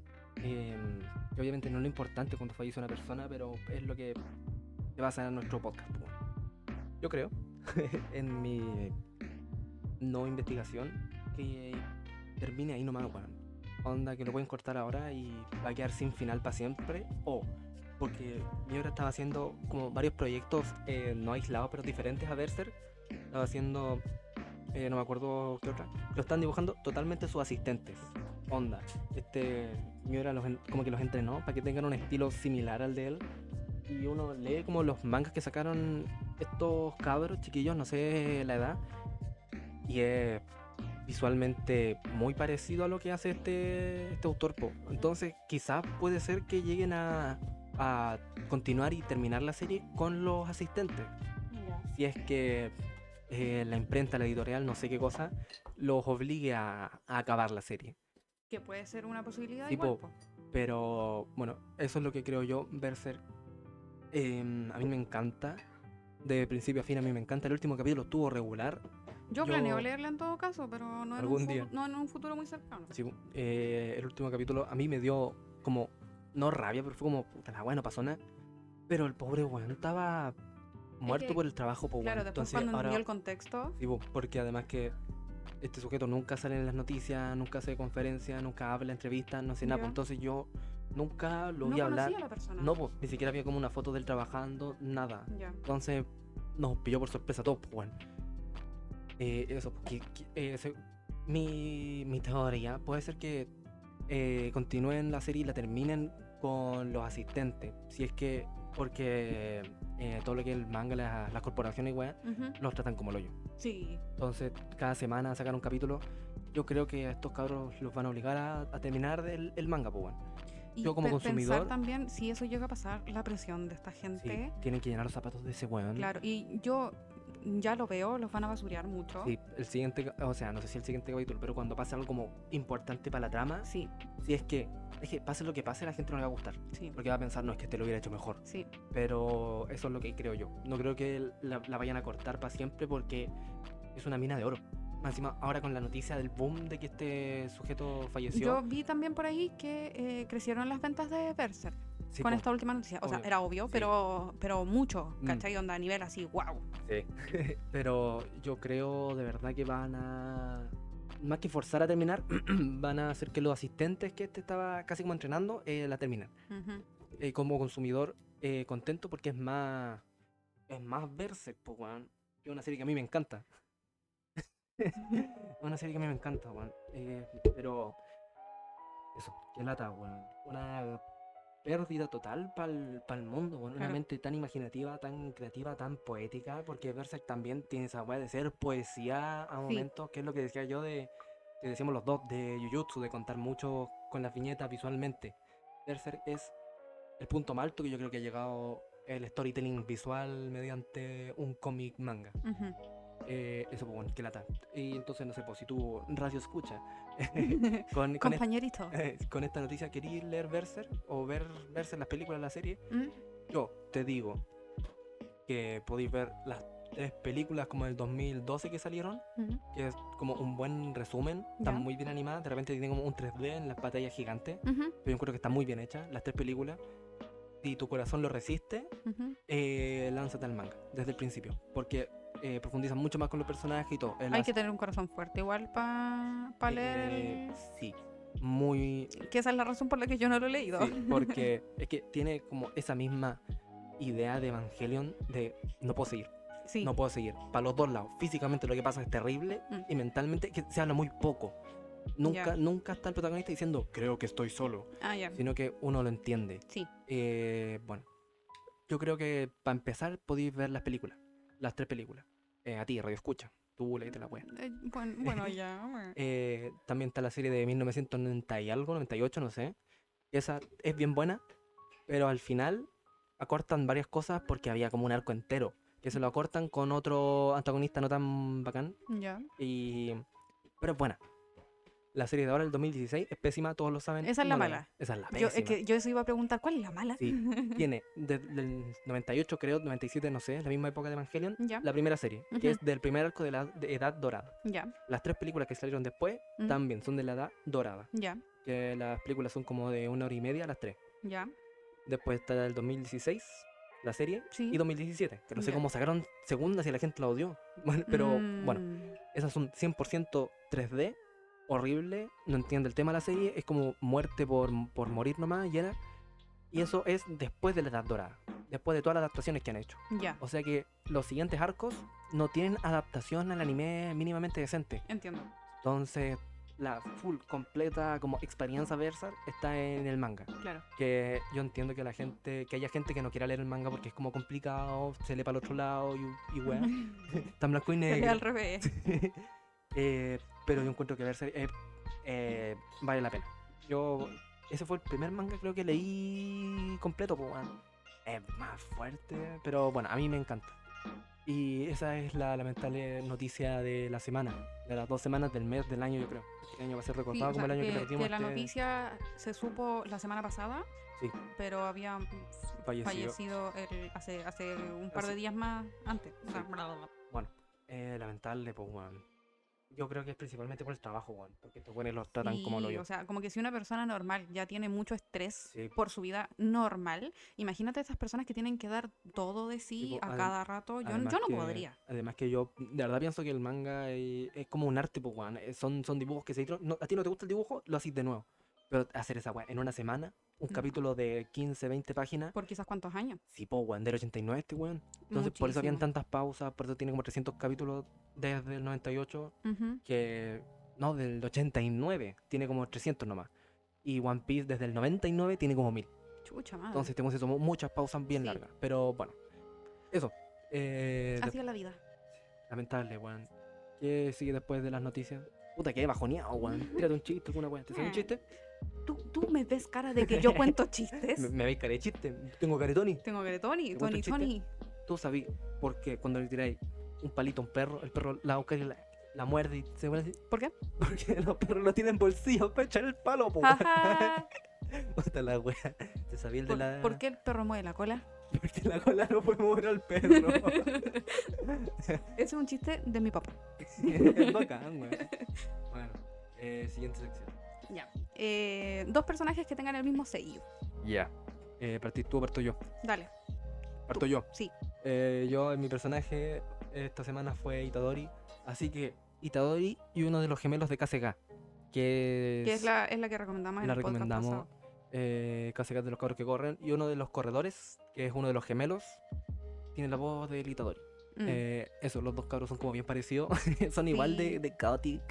Speaker 2: Em, que obviamente no es lo importante cuando fallece una persona, pero es lo que le va a hacer a nuestro podcast, po, weón. Yo creo, en mi no investigación, que termine ahí nomás, weón. Onda que lo pueden cortar ahora y va a quedar sin final para siempre. O porque Miura estaba haciendo como varios proyectos eh, no aislados pero diferentes a Berserk. Estaba haciendo, eh, no me acuerdo qué otra. Lo están dibujando totalmente sus asistentes. Onda. Este Miura los en- como que los entrenó para que tengan un estilo similar al de él. Y uno lee como los mangas que sacaron estos cabros chiquillos, no sé la edad. Y es visualmente muy parecido a lo que hace este, este autor. po. Entonces, quizás puede ser que lleguen a, a continuar y terminar la serie con los asistentes. Si es que eh, la imprenta, la editorial, no sé qué cosa, los obligue a, a acabar la serie.
Speaker 1: Que puede ser una posibilidad.
Speaker 2: Tipo,
Speaker 1: igual, po.
Speaker 2: Pero bueno, eso es lo que creo yo. Berserk, eh, a mí me encanta. De principio a fin, a mí me encanta. El último capítulo estuvo regular.
Speaker 1: yo planeo
Speaker 2: yo-
Speaker 1: leerla en todo caso, pero no, en
Speaker 2: Algún
Speaker 1: un fu-
Speaker 2: día.
Speaker 1: no en un futuro muy cercano.
Speaker 2: Sí, eh, el último capítulo a mí me dio como, no rabia, pero fue como, puta la weá, no pasó nada. Pero el pobre weón estaba muerto
Speaker 1: que-
Speaker 2: por el trabajo, po, weón.
Speaker 1: claro, después
Speaker 2: Entonces,
Speaker 1: cuando
Speaker 2: ahora,
Speaker 1: entendió el contexto,
Speaker 2: sí, po, porque además que este sujeto nunca sale en las noticias, nunca hace conferencias, nunca habla en entrevistas, no hace nada. po.
Speaker 1: Ya.
Speaker 2: Entonces yo nunca lo
Speaker 1: no
Speaker 2: vi
Speaker 1: conocía
Speaker 2: hablar.
Speaker 1: a la persona.
Speaker 2: No, po, ni siquiera había como una foto de él trabajando, nada.
Speaker 1: Ya.
Speaker 2: Entonces nos pilló por sorpresa todo, pues, weón. Eh, eso, pues, que- que- eh, se- mi, mi teoría puede ser que eh, continúen la serie y la terminen con los asistentes. Si es que, porque eh, todo lo que es el manga, las, las corporaciones, weón,
Speaker 1: Ujú.
Speaker 2: los tratan como el hoyo.
Speaker 1: Sí,
Speaker 2: Entonces, cada semana sacan un capítulo. Yo creo que a estos cabros los van a obligar a, a terminar el, el manga, pues, weón.
Speaker 1: y
Speaker 2: Yo como
Speaker 1: pe-
Speaker 2: consumidor-
Speaker 1: pensar también si eso llega a pasar, la presión de esta
Speaker 2: Sí,
Speaker 1: gente.
Speaker 2: tienen que llenar los zapatos de ese weón.
Speaker 1: Claro, y yo ya lo veo, los van a basurear mucho.
Speaker 2: Sí, el siguiente, ca- o sea, no sé si el siguiente capítulo, pero cuando pasa algo como importante para la trama,
Speaker 1: Sí,
Speaker 2: si es que, es que pase lo que pase, la gente no le va a gustar,
Speaker 1: sí,
Speaker 2: porque va a pensar, no, es que este lo hubiera hecho mejor.
Speaker 1: sí.
Speaker 2: Pero eso es lo que creo yo. No creo que la, la vayan a cortar para siempre porque es una mina de oro. Más encima, ahora con la noticia del boom de que este sujeto falleció.
Speaker 1: Yo vi también por ahí que eh, crecieron las ventas de Berserk
Speaker 2: sí,
Speaker 1: con
Speaker 2: po,
Speaker 1: esta última noticia. O sea,
Speaker 2: obvio,
Speaker 1: era obvio,
Speaker 2: sí.
Speaker 1: pero, pero mucho,
Speaker 2: Mm.
Speaker 1: ¿cachai? Onda a nivel así, wow.
Speaker 2: sí. Pero yo creo de verdad que van a. Más que forzar a terminar, van a hacer que los asistentes que este estaba casi como entrenando eh, la terminen. eh, como consumidor eh, contento porque es más es más Berserk, po, weón. Es una serie que a mí me encanta. es una serie que a mí me encanta, weón. Eh, pero eso, qué lata, weón. Una pérdida total para el mundo, weón. Una
Speaker 1: Claro.
Speaker 2: mente tan imaginativa, tan creativa, tan poética, porque Berserk también tiene esa weá de ser poesía a momentos, que es lo que decía yo de que decíamos los dos de Jujutsu, de contar mucho con las viñetas visualmente. Berserk es el punto más alto que yo creo que ha llegado el storytelling visual mediante un cómic manga.
Speaker 1: Ujú.
Speaker 2: Eh, eso, pues, bueno, qué lata. Y entonces, no sé, pues, si tú radio escucha, con, este con, est-
Speaker 1: Compañerito.
Speaker 2: eh, con esta noticia querís leer Berserk o ver Berserk las películas, la serie,
Speaker 1: ¿Mm?
Speaker 2: yo te digo que podéis ver las tres películas como del 2012 que salieron,
Speaker 1: Ujú.
Speaker 2: que es como un buen resumen, están
Speaker 1: Ya.
Speaker 2: muy bien animadas, de repente tienen como un 3D en las pantallas gigantes,
Speaker 1: Ujú,
Speaker 2: pero yo creo que están muy bien hechas las tres películas. Si tu corazón lo resiste,
Speaker 1: ujú.
Speaker 2: eh, lánzate al manga desde el principio, porque eh, profundizan mucho más con los personajes y todo. El
Speaker 1: Hay
Speaker 2: as-
Speaker 1: que tener un corazón fuerte igual para leer
Speaker 2: eh,
Speaker 1: el-
Speaker 2: Sí, muy.
Speaker 1: Que esa es la razón por la que yo no lo he leído.
Speaker 2: sí, porque es que tiene como esa misma idea de Evangelion de no puedo seguir,
Speaker 1: Sí.
Speaker 2: no puedo seguir. Para los dos lados, físicamente lo que pasa es terrible
Speaker 1: Mm.
Speaker 2: y mentalmente que se habla muy poco. Nunca,
Speaker 1: Ya.
Speaker 2: nunca está el protagonista diciendo creo que estoy solo,
Speaker 1: Ah, ya.
Speaker 2: sino que uno lo entiende.
Speaker 1: Sí.
Speaker 2: Eh, bueno, yo creo que para empezar podéis ver las películas, las tres películas. Eh, a ti, Radio Escucha, tú leíste la wea.
Speaker 1: Eh, bueno, bueno, ya. bueno.
Speaker 2: Eh, también está la serie de 1990 y algo, 98, no sé. Esa es bien buena, pero al final acortan varias cosas porque había como un arco entero, que se lo acortan con otro antagonista no tan bacán,
Speaker 1: Ya.
Speaker 2: y... pero es buena. La serie de ahora, el 2016, es pésima, todos lo saben.
Speaker 1: Esa es la
Speaker 2: no vean.
Speaker 1: mala.
Speaker 2: Esa es la
Speaker 1: Yo,
Speaker 2: pésima.
Speaker 1: es que yo eso iba a preguntar, ¿cuál es la mala?
Speaker 2: Sí, tiene desde el 98, creo, 97, no sé, la misma época de Evangelion,
Speaker 1: Ya,
Speaker 2: la primera serie,
Speaker 1: Ujú.
Speaker 2: que es del primer arco de la de Edad Dorada.
Speaker 1: ya,
Speaker 2: Las tres películas que salieron después
Speaker 1: Mm.
Speaker 2: también son de la Edad Dorada,
Speaker 1: ya,
Speaker 2: que las películas son como de una hora y media, las tres.
Speaker 1: ya.
Speaker 2: Después está el 2016, la serie,
Speaker 1: Sí.
Speaker 2: y 2017, que no sé
Speaker 1: Ya.
Speaker 2: cómo sacaron segundas y la gente la odió. Bueno, pero bueno,
Speaker 1: Mm,
Speaker 2: esas son 100% 3D, horrible, no entiendo el tema de la serie, es como muerte por, por morir nomás, y era. Y eso es después de la Edad Dorada, después de todas las adaptaciones que han hecho.
Speaker 1: Ya,
Speaker 2: O sea que los siguientes arcos no tienen adaptación al anime mínimamente decente.
Speaker 1: entiendo.
Speaker 2: Entonces, la full, completa como experiencia versar está en el manga.
Speaker 1: Claro,
Speaker 2: Que yo entiendo que la gente, que haya gente que no quiera leer el manga porque es como complicado, se lee para el otro lado y, y weá. Está en blanco y
Speaker 1: es al
Speaker 2: negro.
Speaker 1: revés.
Speaker 2: Eh, pero yo encuentro que verse eh, eh, vale la pena. Yo, ese fue el primer manga creo que leí completo, pues bueno. Es más fuerte, pero bueno, a mí me encanta. Y esa es la lamentable noticia de la semana, de las dos semanas del mes del año, yo creo. Este año va a ser
Speaker 1: Sí,
Speaker 2: recortado
Speaker 1: o sea,
Speaker 2: como el año que,
Speaker 1: que, que
Speaker 2: perdimos.
Speaker 1: la
Speaker 2: este
Speaker 1: noticia se supo la semana pasada,
Speaker 2: Sí.
Speaker 1: pero había mm,
Speaker 2: fallecido.
Speaker 1: fallecido el- hace, hace un par de
Speaker 2: Hace-
Speaker 1: días más antes. O sea,
Speaker 2: Sí. Eh, lamentable, pues bueno. Yo creo que es principalmente por el trabajo, weón, porque estos buenos los tratan como lo
Speaker 1: Sí,
Speaker 2: yo.
Speaker 1: O sea, como que si una persona normal ya tiene mucho estrés
Speaker 2: Sí.
Speaker 1: por su vida normal, imagínate esas personas que tienen que dar todo de sí
Speaker 2: po,
Speaker 1: a
Speaker 2: adem-
Speaker 1: cada rato. Yo, n-
Speaker 2: Además
Speaker 1: yo no
Speaker 2: que-
Speaker 1: podría.
Speaker 2: Además que yo de verdad pienso que el manga eh, es, como un arte, pues, weón. Eh, Son, son dibujos que se hicieron- no, A ti no te gusta el dibujo, lo haces de nuevo. Pero hacer esa weón en una semana, un
Speaker 1: Mm.
Speaker 2: capítulo de 15, 20 páginas,
Speaker 1: Por quizás cuántos años.
Speaker 2: sí, po, weón, del 89 este weón. Entonces por eso habían
Speaker 1: Muchísimo.
Speaker 2: tantas pausas, por eso tiene como 300 capítulos desde el 98,
Speaker 1: Ujú.
Speaker 2: que... No, del 89, tiene como 300 nomás. Y One Piece desde el 99 tiene como 1000.
Speaker 1: Chucha madre.
Speaker 2: Entonces este weón se tomó muchas pausas bien
Speaker 1: Ah. Sí.
Speaker 2: largas. Pero bueno, eso. Eh,
Speaker 1: Así es la vida.
Speaker 2: Lamentable, weón. ¿Qué sigue después de las noticias? Puta, quedé bajoneado, weón. Tírate un chiste, alguna weón. ¿Te sale un
Speaker 1: Ah.
Speaker 2: chiste?
Speaker 1: ¿Tú, tú me ves cara de que yo cuento chistes.
Speaker 2: Me, me veis cara de chiste. Tengo caretoni.
Speaker 1: Tengo que Tony,
Speaker 2: ¿Te cuento
Speaker 1: Tony,
Speaker 2: un
Speaker 1: Tony.
Speaker 2: Tú sabí por qué cuando le tiráis un palito a un perro, el perro la busca y la, la muerde y se vuelve así.
Speaker 1: ¿Por qué?
Speaker 2: Porque los perros no tienen bolsillos para echar el
Speaker 1: Ah.
Speaker 2: palo, po, weón.
Speaker 1: Ajá.
Speaker 2: Puta la weón. Te sabía el de
Speaker 1: ¿Por,
Speaker 2: la.
Speaker 1: por qué el perro mueve la cola?
Speaker 2: Le partí la cola, no puedo mover al perro.
Speaker 1: Ese es un chiste de mi papá.
Speaker 2: es bacán, güey. Bueno, eh, siguiente sección.
Speaker 1: Ya. Eh, dos personajes que tengan el mismo sello.
Speaker 2: Ya. Eh, partís tú, parto yo.
Speaker 1: Dale.
Speaker 2: Parto yo.
Speaker 1: Sí.
Speaker 2: Eh, yo, en mi personaje esta semana fue Itadori. Así que Itadori y uno de los gemelos de KCK. Que es,
Speaker 1: Que es la, es la que recomendamos en
Speaker 2: la
Speaker 1: el podcast
Speaker 2: recomendamos
Speaker 1: pasado.
Speaker 2: eh, KCK de los cabros que corren. Y uno de los corredores, que es uno de los gemelos, tiene la voz de Itadori.
Speaker 1: Mm.
Speaker 2: Eh, eso, los dos cabros son como bien parecidos. son igual
Speaker 1: Sí.
Speaker 2: de, de chaotic.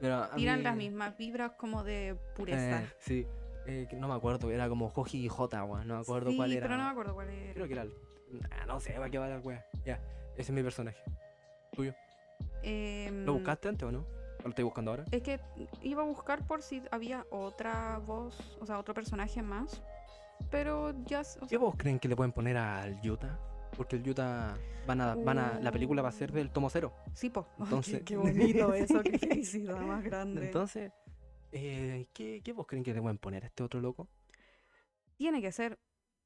Speaker 2: Pero a
Speaker 1: Tiran
Speaker 2: mí-
Speaker 1: las mismas vibras como de pureza.
Speaker 2: Eh, sí. Eh, que no me acuerdo, era como Joji y J, weón. No me acuerdo
Speaker 1: sí,
Speaker 2: cuál era.
Speaker 1: pero no me
Speaker 2: weón.
Speaker 1: acuerdo cuál era.
Speaker 2: Creo que era el. Ah, no sé, va a quedar la wea. Ya, ese es mi personaje.
Speaker 1: Em,
Speaker 2: ¿Lo buscaste antes o no? ¿O ¿Lo estoy buscando ahora?
Speaker 1: Es que iba a buscar por si había otra voz, o sea, otro personaje más. Pero ya. s- o
Speaker 2: ¿Qué
Speaker 1: sea,
Speaker 2: vos creen que le pueden poner al Yuta? Porque el Yuta van a, van a, la película va a ser del tomo cero.
Speaker 1: sí, po. Ay, qué-
Speaker 2: Entonces-
Speaker 1: qué, bonito eso, qué felicidad más grande.
Speaker 2: Entonces, eh, ¿qué, ¿qué vos creen que le pueden poner a este otro loco?
Speaker 1: Tiene que ser,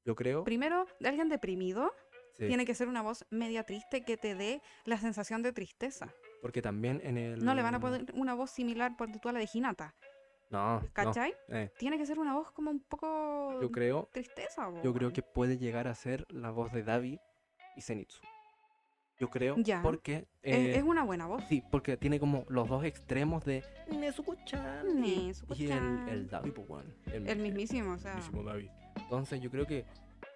Speaker 2: Yo creo.
Speaker 1: primero, de alguien deprimido.
Speaker 2: sí,
Speaker 1: Tiene que ser una voz media triste que te dé la sensación de tristeza.
Speaker 2: Porque también en el.
Speaker 1: No le van a poner una voz similar, por tú a la de Hinata.
Speaker 2: No, no,
Speaker 1: ¿Cachai?
Speaker 2: eh,
Speaker 1: Tiene que ser una voz como un poco.
Speaker 2: yo creo.
Speaker 1: Tristeza, po,
Speaker 2: Yo creo
Speaker 1: weón.
Speaker 2: que puede llegar a ser la voz de Davi y Zenitsu. Yo creo
Speaker 1: Ya.
Speaker 2: porque.
Speaker 1: Es-
Speaker 2: eh,
Speaker 1: es una buena voz.
Speaker 2: Sí, porque tiene como los dos extremos de Nezuko-chan y- y el,
Speaker 1: Nezuko-chan.
Speaker 2: el Davi, pues, weón.
Speaker 1: El mismísimo, o sea.
Speaker 2: mismísimo Davi. Entonces yo creo que,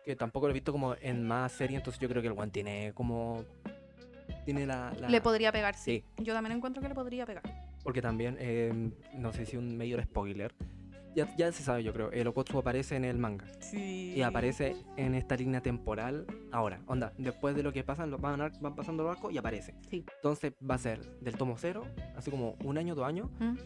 Speaker 2: que tampoco lo he visto como en más serie, entonces yo creo que el One tiene como... Tiene la... la-
Speaker 1: Le podría pegar, sí.
Speaker 2: Sí,
Speaker 1: Yo también encuentro que le podría pegar.
Speaker 2: porque también, eh, no sé si un mayor spoiler, ya, ya se sabe yo creo, el Okotsu aparece en el manga
Speaker 1: Sí.
Speaker 2: y aparece en esta línea temporal ahora. Onda, después de lo que pasan, lo- van, ar- van pasando los arcos y aparece.
Speaker 1: Sí.
Speaker 2: Entonces va a ser del tomo cero, hace como un año, dos años,
Speaker 1: Mm.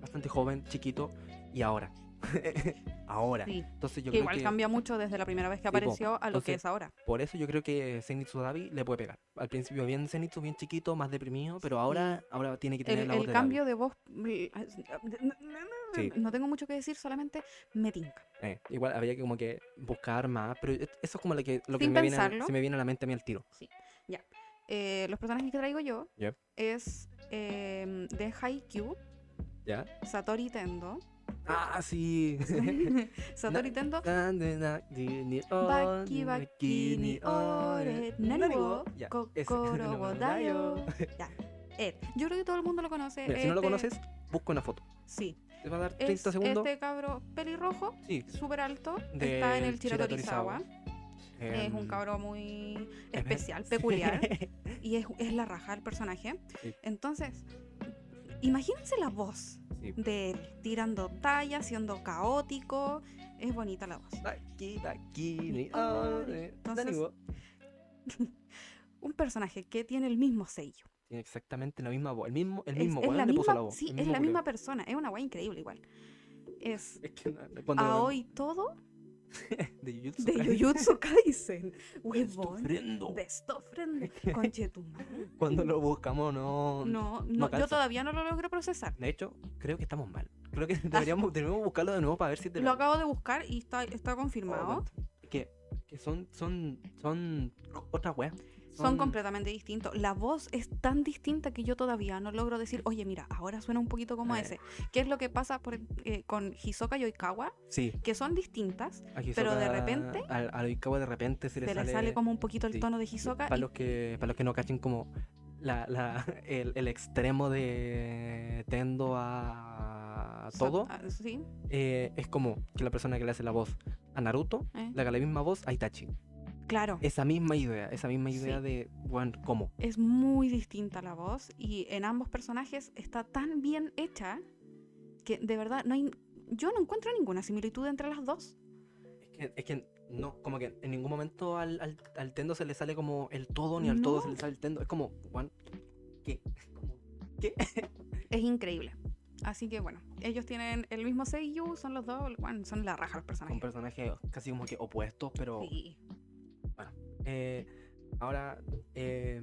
Speaker 2: bastante joven, chiquito, y ahora. ahora.
Speaker 1: Sí.
Speaker 2: Entonces yo
Speaker 1: Que
Speaker 2: creo
Speaker 1: igual
Speaker 2: que
Speaker 1: cambia mucho desde la primera vez que
Speaker 2: Sí, po.
Speaker 1: apareció a lo que
Speaker 2: Entonces,
Speaker 1: es ahora.
Speaker 2: por eso yo creo que Zenitsu Davi le puede pegar. Al principio bien Zenitsu, bien chiquito, más deprimido, pero ahora, ahora tiene que
Speaker 1: El,
Speaker 2: tener la voz
Speaker 1: el
Speaker 2: de Davi.
Speaker 1: cambio de voz. mm, eh, ah,
Speaker 2: Sí.
Speaker 1: No tengo mucho que decir, solamente me tinca.
Speaker 2: Eh, igual habría que como que buscar más, pero e- eso es como lo que, lo que
Speaker 1: Sin
Speaker 2: me viene,
Speaker 1: pensarlo.
Speaker 2: se me viene a la mente a mí al tiro.
Speaker 1: Eh, los personajes que traigo yo
Speaker 2: Yep.
Speaker 1: es em, de Haikyuu,
Speaker 2: ¿Ya?
Speaker 1: Satori Tendo.
Speaker 2: Ah, sí.
Speaker 1: Satori Tendo
Speaker 2: Baki
Speaker 1: Baki baki ni ore narugo
Speaker 2: Ya, ese.
Speaker 1: kokoro wo dayo. Ya. Ed. Yo creo que todo el mundo lo conoce.
Speaker 2: Mira, si no lo
Speaker 1: este-
Speaker 2: conoces, busca una foto.
Speaker 1: Sí.
Speaker 2: Te va a dar 30
Speaker 1: Es
Speaker 2: segundos.
Speaker 1: este cabro pelirrojo,
Speaker 2: Sí.
Speaker 1: súper alto. está en
Speaker 2: del
Speaker 1: el Chiratorizawa. Es un
Speaker 2: Em,
Speaker 1: cabro muy
Speaker 2: es ver-
Speaker 1: especial, peculiar. y es, es la raja del personaje.
Speaker 2: Sí.
Speaker 1: Entonces, imagínense la voz
Speaker 2: Sí.
Speaker 1: de él, tirando tallas, siendo caótico. Es bonita la voz.
Speaker 2: Taki, taki, ni
Speaker 1: ore.
Speaker 2: ore,
Speaker 1: Entonces-
Speaker 2: nanigo.
Speaker 1: Un personaje que tiene el mismo sello.
Speaker 2: Tiene exactamente la misma voz. El mismo, el
Speaker 1: Es-
Speaker 2: mismo
Speaker 1: es,
Speaker 2: weón
Speaker 1: la
Speaker 2: le puso
Speaker 1: misma,
Speaker 2: la voz.
Speaker 1: sí,
Speaker 2: el
Speaker 1: es
Speaker 2: mismo
Speaker 1: la
Speaker 2: culiao.
Speaker 1: misma persona. Es una weá increíble igual. Es
Speaker 2: Es que no- cuando
Speaker 1: a
Speaker 2: lo-
Speaker 1: Ah, hoy todo
Speaker 2: de Jujutsu
Speaker 1: de
Speaker 2: Kaisen,
Speaker 1: Jujutsu Kaisen.
Speaker 2: estoy
Speaker 1: Huevón.
Speaker 2: ofrendo.
Speaker 1: Best of friend. Conchetumadre.
Speaker 2: Cuando lo buscamos, no.
Speaker 1: No,
Speaker 2: no
Speaker 1: no, yo
Speaker 2: calza.
Speaker 1: todavía no lo logro procesar.
Speaker 2: De hecho, creo que estamos mal. Creo que deberíamos, deberíamos buscarlo de Oh, nuevo para ver si te
Speaker 1: Lo acabo de buscar y está, está confirmado.
Speaker 2: que, que son, son, son otras weas. Oh.
Speaker 1: Son completamente distintos. La voz es tan distinta que yo todavía no logro decir, oye, mira, ahora suena un poquito como
Speaker 2: Eh.
Speaker 1: ese. ¿Qué es lo que pasa por- eh, con Hisoka y Oikawa?
Speaker 2: Sí,
Speaker 1: Que son distintas.
Speaker 2: aquí
Speaker 1: Pero de
Speaker 2: Hisoka-
Speaker 1: repente-
Speaker 2: Al, al Oikawa de repente
Speaker 1: Se
Speaker 2: se le
Speaker 1: le
Speaker 2: sale.
Speaker 1: sale como un poquito el
Speaker 2: sí,
Speaker 1: tono de Hisoka.
Speaker 2: Para
Speaker 1: y-
Speaker 2: los que, para los que no cachen como la, la, el, el extremo de Tendo a todo,
Speaker 1: Ah, Sí,
Speaker 2: eh, es como que la persona que le hace la voz a Naruto,
Speaker 1: eh,
Speaker 2: le haga la misma voz a Itachi.
Speaker 1: claro.
Speaker 2: Esa misma idea, esa misma idea
Speaker 1: Sí.
Speaker 2: de, bueno, ¿cómo?
Speaker 1: Es muy distinta la voz y en ambos personajes está tan bien hecha que de verdad no hay, yo no encuentro ninguna similitud entre las dos.
Speaker 2: Es que, es que no, como que en ningún momento al, al, al Tendo se le sale como el todo, ni al todo se
Speaker 1: No.
Speaker 2: le sale el Tendo. Es como, Juan, ¿qué? Como-
Speaker 1: Es increíble. Así que bueno, ellos tienen el mismo seiyuu, son los dos, bueno, son la raja los
Speaker 2: Con
Speaker 1: personajes.
Speaker 2: personajes casi como que opuestos, pero
Speaker 1: Sí.
Speaker 2: eh, ahora eh,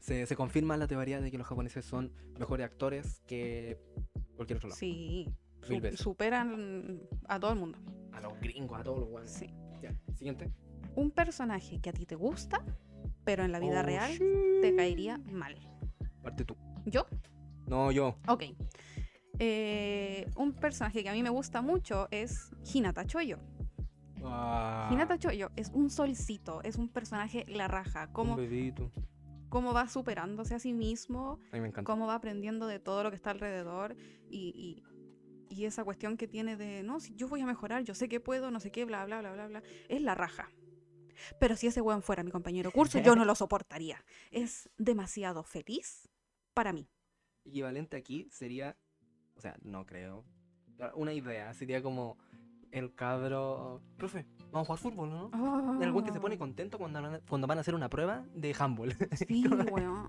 Speaker 2: se, se confirma la teoría de que los japoneses son mejores actores que cualquier otro lado.
Speaker 1: Sí.
Speaker 2: Mil
Speaker 1: Su-
Speaker 2: veces.
Speaker 1: superan a todo el mundo.
Speaker 2: A los gringos, a todos los guanes.
Speaker 1: Sí.
Speaker 2: Ya, siguiente.
Speaker 1: un personaje que a ti te gusta, pero en la vida
Speaker 2: Oh,
Speaker 1: real
Speaker 2: shit.
Speaker 1: te caería mal.
Speaker 2: Parte tú.
Speaker 1: ¿Yo?
Speaker 2: No, yo.
Speaker 1: Ok. Eh, un personaje que a mí me gusta mucho es Hinata Choyo.
Speaker 2: Ah,
Speaker 1: Hinata Choyo es un solcito, es un personaje la raja.
Speaker 2: Un
Speaker 1: Cómo,
Speaker 2: bebito.
Speaker 1: cómo va superándose a sí mismo,
Speaker 2: A mí me encanta.
Speaker 1: cómo va aprendiendo de todo lo que está alrededor y, y- y esa cuestión que tiene de, no, si yo voy a mejorar, yo sé que puedo, no sé qué, bla, bla, bla, bla, bla, es la raja. Pero si ese weón fuera mi compañero de curso, yo no lo soportaría. Es demasiado feliz para mí.
Speaker 2: Equivalente aquí sería. O sea, no creo. Una idea sería como el cabro. Profe, vamos a jugar fútbol, ¿no?
Speaker 1: Ah.
Speaker 2: El güey que se pone
Speaker 1: con...
Speaker 2: contento cuando, van a- cuando van a hacer una prueba de handball.
Speaker 1: Sí, weón.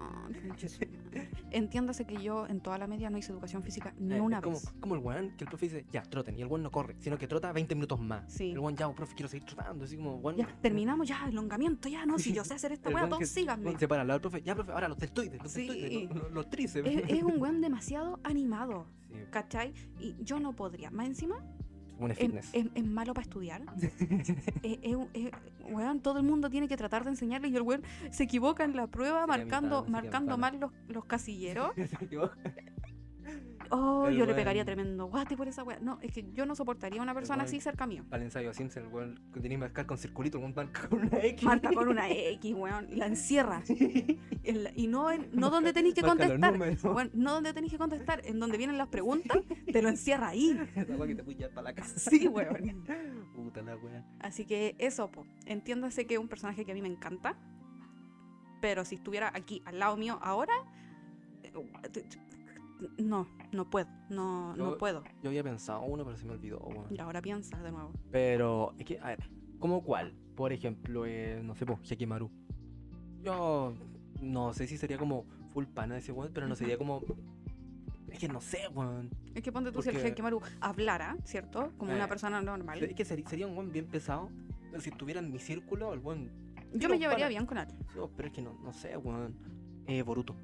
Speaker 1: conche su madre. Entiéndase que yo en toda la media no hice educación física ni
Speaker 2: Eh,
Speaker 1: una
Speaker 2: es como,
Speaker 1: vez.
Speaker 2: como el weón que el profe dice, ya, troten. Y el weón no corre, sino que trota 20 minutos más.
Speaker 1: Sí.
Speaker 2: El weón, ya, oh, profe, quiero seguir trotando. Así como, weón.
Speaker 1: Ya, terminamos ya, elongamiento, ya, no, si yo sé hacer esta
Speaker 2: El
Speaker 1: weá,
Speaker 2: weón que-
Speaker 1: todos síganme.
Speaker 2: weón se para al lado del profe, ya, profe, ahora los deltoides, los
Speaker 1: Sí.
Speaker 2: deltoides, los, los- los tríceps.
Speaker 1: Es, es un weón demasiado animado,
Speaker 2: Sí,
Speaker 1: ¿cachai? Y yo no podría. Más encima,
Speaker 2: weón es
Speaker 1: es,
Speaker 2: fitness.
Speaker 1: es- es malo para estudiar. Es- es un- es- weón, todo el mundo tiene que tratar de enseñarle y el weón se equivoca en la prueba
Speaker 2: Sería mi
Speaker 1: marcando,
Speaker 2: pana, sería mi
Speaker 1: marcando
Speaker 2: pana.
Speaker 1: mal los, los casilleros.
Speaker 2: Yo-
Speaker 1: Oh,
Speaker 2: El
Speaker 1: yo le pegaría
Speaker 2: weón-
Speaker 1: tremendo guate por esa weá. No, es que yo no soportaría a una persona así
Speaker 2: weón-
Speaker 1: cerca mío.
Speaker 2: Para el ensayo de Simpson, el weón que tenía que marcar con circulito, el weón marca con una X.
Speaker 1: Marca con una X, weón, y la encierra. En la- y no, en- no donde tenéis que
Speaker 2: Marca los
Speaker 1: contestar.
Speaker 2: números.
Speaker 1: Weón, no donde tenéis que contestar, en donde vienen las preguntas, te lo encierra ahí.
Speaker 2: Esa weá que te voy a llevar para la casa.
Speaker 1: Sí, weón.
Speaker 2: Puta la weá.
Speaker 1: Así que eso, po. entiéndase que es un personaje que a mí me encanta, pero si estuviera aquí al lado mío ahora, eh, no, no puedo, no, no
Speaker 2: Yo-
Speaker 1: puedo.
Speaker 2: Yo había pensado uno, pero se me olvidó, weón.
Speaker 1: Y ahora piensa de nuevo.
Speaker 2: Pero, es que, a ver, ¿cómo cuál? Por ejemplo, eh, no sé, po, Hekimaru. Yo no sé si sería como full pana de ese weón, pero no sería como. Es que no sé, weón.
Speaker 1: Es que ponte tú si el
Speaker 2: Porque-
Speaker 1: Hekimaru hablara, ¿cierto? Como una
Speaker 2: Eh,
Speaker 1: persona normal.
Speaker 2: Es que seri- sería un weón bien pesado. Pero si estuviera en mi círculo, el weón.
Speaker 1: Yo me
Speaker 2: pero
Speaker 1: llevaría
Speaker 2: para-
Speaker 1: bien con él.
Speaker 2: no, pero es que no, no sé, weón. Eh, Boruto.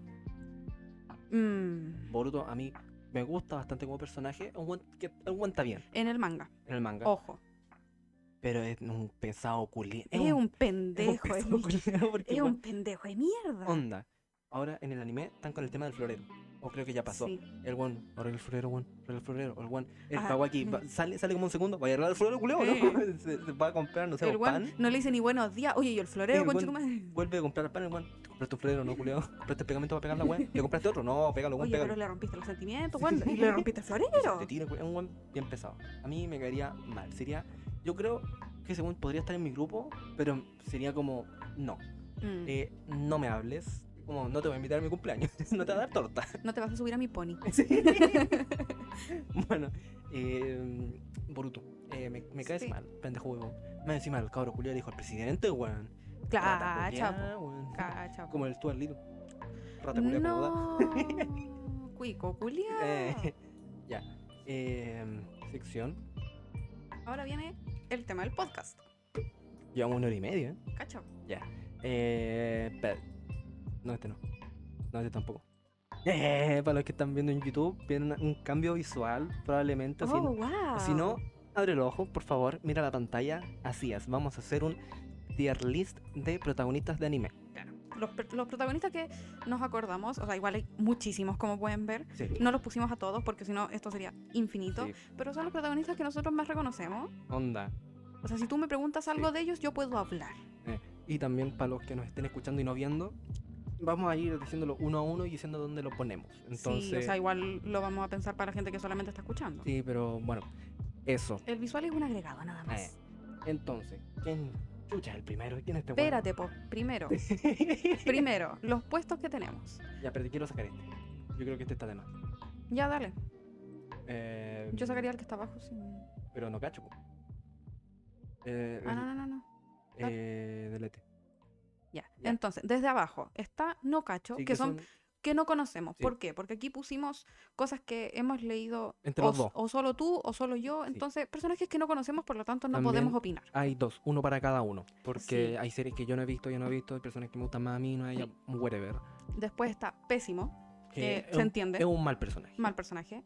Speaker 1: Mm,
Speaker 2: Boruto a mí me gusta bastante como personaje. Es un weón que aguanta bien
Speaker 1: en el manga,
Speaker 2: en el manga.
Speaker 1: ojo.
Speaker 2: Pero es un pesado culiado.
Speaker 1: Es un
Speaker 2: es un
Speaker 1: pendejo, es
Speaker 2: pesado
Speaker 1: mi-
Speaker 2: culiao porque,
Speaker 1: es
Speaker 2: weón,
Speaker 1: un pendejo de mierda.
Speaker 2: onda. Ahora en el anime están con el tema del florero. O creo que ya pasó.
Speaker 1: Sí.
Speaker 2: El one, arregla el florero, one, arregla el florero. O el one, el
Speaker 1: Ah,
Speaker 2: kawaki, va-
Speaker 1: mm.
Speaker 2: sale, sale como un segundo, vaya a arreglar el florero, culeo,
Speaker 1: Sí.
Speaker 2: ¿no? se, se va a comprar, no sé,
Speaker 1: El
Speaker 2: pan.
Speaker 1: weón no le dice ni buenos días. Oye, y el florero,
Speaker 2: el weón-
Speaker 1: conchetumare.
Speaker 2: Vuelve a comprar pan, el one, te compraste un florero, no, culeo. Compraste pegamento para pegar la weón. Le compraste otro, no, pégalo, weón,
Speaker 1: Oye, pero
Speaker 2: pégalo.
Speaker 1: le rompiste los sentimientos, weón. Y le rompiste el florero.
Speaker 2: Te tira, es un one bien pesado. A mí me caería mal. Sería, yo creo que ese weón podría estar en mi grupo, pero sería como, no,
Speaker 1: Mm.
Speaker 2: eh, no me hables. Como, no te voy a invitar a mi cumpleaños, no te voy a dar torta.
Speaker 1: No te vas a subir a mi pony.
Speaker 2: Bueno, eh, Boruto, eh, me, me caes
Speaker 1: Sí.
Speaker 2: mal, pendejo huevón. Más encima el cabro culiao le dijo al presidente, weón. Rata
Speaker 1: Cacha,
Speaker 2: culiao, weón.
Speaker 1: po, cacha. po.
Speaker 2: Como el Stuart Little. Rata culiao
Speaker 1: No.
Speaker 2: acomodada.
Speaker 1: Cuico, culiao.
Speaker 2: Eh, ya. Eh, sección.
Speaker 1: Ahora viene el tema del podcast.
Speaker 2: Llevamos una hora y media. ¿eh?
Speaker 1: Cacha.
Speaker 2: Ya. Eh, espera. No, este no. No, este tampoco. Eh, para los que están viendo en YouTube, ven una- un cambio visual probablemente. así,
Speaker 1: Oh, wow.
Speaker 2: Si no, abre los ojos, por favor, mira la pantalla. Así es, vamos a hacer un tier list de protagonistas de anime.
Speaker 1: Claro. Los, per- los protagonistas que nos acordamos, o sea, igual hay muchísimos, como pueden ver.
Speaker 2: Sí.
Speaker 1: No los pusimos a todos porque si no, esto sería infinito.
Speaker 2: Sí.
Speaker 1: Pero son los protagonistas que nosotros más reconocemos.
Speaker 2: Onda.
Speaker 1: O sea, si tú me preguntas algo de ellos, yo puedo hablar.
Speaker 2: Y también para los que nos estén escuchando y no viendo, vamos a ir diciéndolo uno a uno y diciendo dónde lo ponemos. Entonces,
Speaker 1: Sí, o sea, igual lo vamos a pensar para la gente que solamente está escuchando.
Speaker 2: sí, pero bueno, eso.
Speaker 1: El visual es un agregado nada más.
Speaker 2: Eh, entonces, ¿quién chucha es el primero? ¿Quién es este weón?
Speaker 1: Espérate, po. Primero, primero, los puestos que tenemos.
Speaker 2: ya, pero te quiero sacar este. Yo creo que este está de más.
Speaker 1: Ya, dale.
Speaker 2: Eh,
Speaker 1: Yo sacaría el que está abajo. sí.
Speaker 2: Pero no cacho. po. Eh,
Speaker 1: Ah, no, no, no, no.
Speaker 2: el- eh, delete.
Speaker 1: Ya.
Speaker 2: Ya.
Speaker 1: Entonces, desde abajo está No Cacho,
Speaker 2: Sí,
Speaker 1: que, son, que no conocemos.
Speaker 2: Sí.
Speaker 1: ¿Por qué? Porque aquí pusimos cosas que hemos leído
Speaker 2: Entre
Speaker 1: o,
Speaker 2: los dos.
Speaker 1: o solo tú o solo yo. Entonces, personajes que no conocemos, por lo tanto, no podemos
Speaker 2: También-
Speaker 1: opinar.
Speaker 2: Hay dos, uno para cada uno. Porque
Speaker 1: Sí.
Speaker 2: hay series que yo no he visto, yo no he visto, hay personas que me gustan más a mí, no hay
Speaker 1: Sí.
Speaker 2: whatever.
Speaker 1: Después está Pésimo, Mm. que
Speaker 2: Que es,
Speaker 1: se
Speaker 2: un,
Speaker 1: entiende.
Speaker 2: es un mal personaje.
Speaker 1: Mal personaje.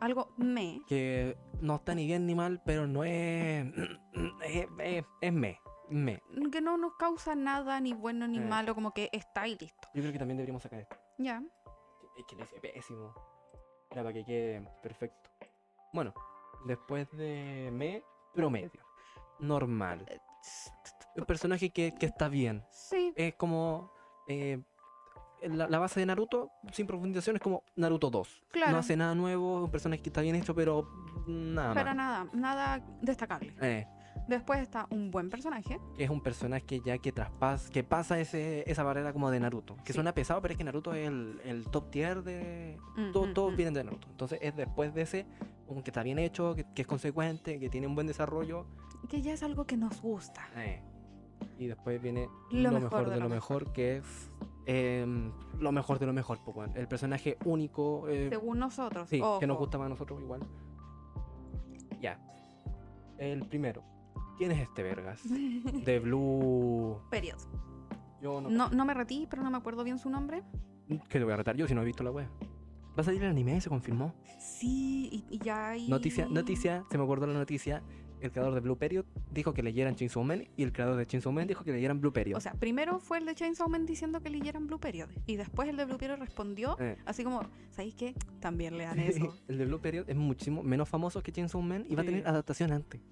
Speaker 1: Algo me.
Speaker 2: Que no está ni bien ni mal, pero no es. Es, es, es me. Me.
Speaker 1: Que no nos causa nada, ni bueno ni
Speaker 2: Eh.
Speaker 1: malo, como que está y listo.
Speaker 2: Yo creo que también deberíamos sacar esto.
Speaker 1: Ya.
Speaker 2: Es que lo hice pésimo. Era para que quede perfecto. Bueno, después de me, promedio. Normal.
Speaker 1: Eh, tss, tss, tss,
Speaker 2: Un personaje que, que está bien.
Speaker 1: Sí,
Speaker 2: Es como. eh, la, la base de Naruto, sin profundización, es como Naruto 2.
Speaker 1: Claro.
Speaker 2: No hace nada nuevo, es un personaje que está bien hecho, pero nada
Speaker 1: pero
Speaker 2: más.
Speaker 1: nada, nada destacable.
Speaker 2: Eh,
Speaker 1: Después está un buen personaje.
Speaker 2: que es un personaje ya que traspasa, que pasa ese, esa barrera como de Naruto.
Speaker 1: Sí.
Speaker 2: Que suena pesado, pero es que Naruto es el, el top tier de,
Speaker 1: Mm,
Speaker 2: todo-
Speaker 1: mm,
Speaker 2: todos
Speaker 1: mm.
Speaker 2: vienen de Naruto. Entonces es después de ese, un que está bien hecho, que, que es consecuente, que tiene un buen desarrollo.
Speaker 1: Que ya es algo que nos gusta.
Speaker 2: eh, Y después viene
Speaker 1: Lo
Speaker 2: lo,
Speaker 1: mejor
Speaker 2: mejor
Speaker 1: de
Speaker 2: de,
Speaker 1: lo
Speaker 2: lo mejor, que es em, lo mejor de lo mejor, po, weón. el personaje único eh,
Speaker 1: Según nosotros.
Speaker 2: sí, que nos
Speaker 1: ojo.
Speaker 2: gusta más a nosotros igual. Ya. El primero. ¿Quién es este vergas? De Blue.
Speaker 1: Periodo.
Speaker 2: Yo no.
Speaker 1: No, no me retí, pero no me acuerdo bien su nombre.
Speaker 2: Que te voy a retar yo si no he visto la wea. Va a salir el anime, se confirmó.
Speaker 1: Sí, y, y ya hay.
Speaker 2: Noticia, noticia, se me acordó la noticia. El creador de Blue Period dijo que leyeran Chainsaw Man y el creador de Chainsaw Man dijo que leyeran Blue Period.
Speaker 1: O sea, primero fue el de Chainsaw Man diciendo que leyeran Blue Period. Y después el de Blue Period respondió,
Speaker 2: Eh.
Speaker 1: así como, ¿sabéis qué? También lean eso.
Speaker 2: el de Blue Period es muchísimo menos famoso que Chainsaw Man y va a tener
Speaker 1: Sí.
Speaker 2: adaptación antes.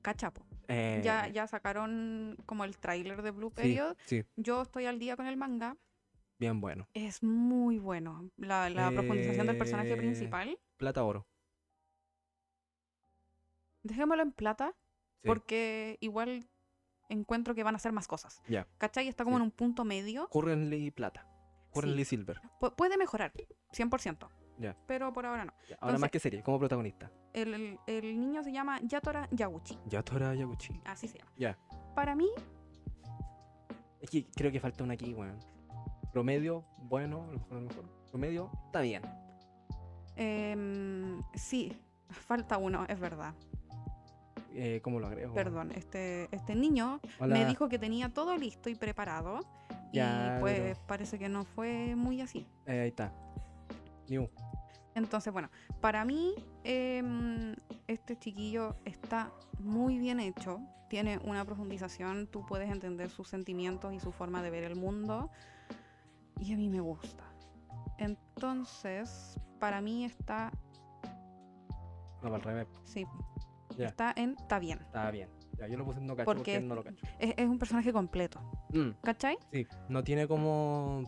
Speaker 1: Cachapo.
Speaker 2: Eh,
Speaker 1: Ya, ya sacaron como el tráiler de Blue
Speaker 2: sí,
Speaker 1: Period.
Speaker 2: Sí,
Speaker 1: Yo estoy al día con el manga.
Speaker 2: bien bueno.
Speaker 1: Es muy bueno. La, la profundización del personaje
Speaker 2: Eh.
Speaker 1: principal.
Speaker 2: Plata oro.
Speaker 1: Dejémoslo en plata.
Speaker 2: Sí.
Speaker 1: porque igual encuentro que van a hacer más cosas.
Speaker 2: Ya.
Speaker 1: ¿Cachai? Está como
Speaker 2: Sí.
Speaker 1: en un punto medio.
Speaker 2: Currently plata. Currently silver.
Speaker 1: Pu- puede mejorar, 100%.
Speaker 2: Ya.
Speaker 1: Pero por ahora no.
Speaker 2: Ya, Ahora más que serie, como protagonista.
Speaker 1: El, el- el niño se llama Yatora Yaguchi.
Speaker 2: Yatora Yaguchi.
Speaker 1: Así se llama.
Speaker 2: Ya.
Speaker 1: Para mí,
Speaker 2: Es que creo que falta una aquí, weón. Promedio, bueno, a lo mejor, a lo mejor. Promedio, está bien.
Speaker 1: em, sí, falta uno, es verdad.
Speaker 2: Eh, ¿Cómo lo agrego?
Speaker 1: Perdón, este, este niño me
Speaker 2: Hola.
Speaker 1: dijo que tenía todo listo y preparado.
Speaker 2: Ya,
Speaker 1: y pues
Speaker 2: pero-
Speaker 1: parece que no fue muy así.
Speaker 2: Eh, ahí está. New.
Speaker 1: Entonces, bueno, para mí em, este chiquillo está muy bien hecho, tiene una profundización, tú puedes entender sus sentimientos y su forma de ver el mundo, y a mí me gusta. Entonces, para mí está,
Speaker 2: No, al revés.
Speaker 1: sí,
Speaker 2: Ya.
Speaker 1: está en, está bien.
Speaker 2: Está bien. Ya, yo lo puse en no cacho
Speaker 1: ¿Por
Speaker 2: porque,
Speaker 1: qué?
Speaker 2: no lo cacho.
Speaker 1: Es, es un personaje completo,
Speaker 2: Mm,
Speaker 1: ¿cachai?
Speaker 2: sí, no tiene como.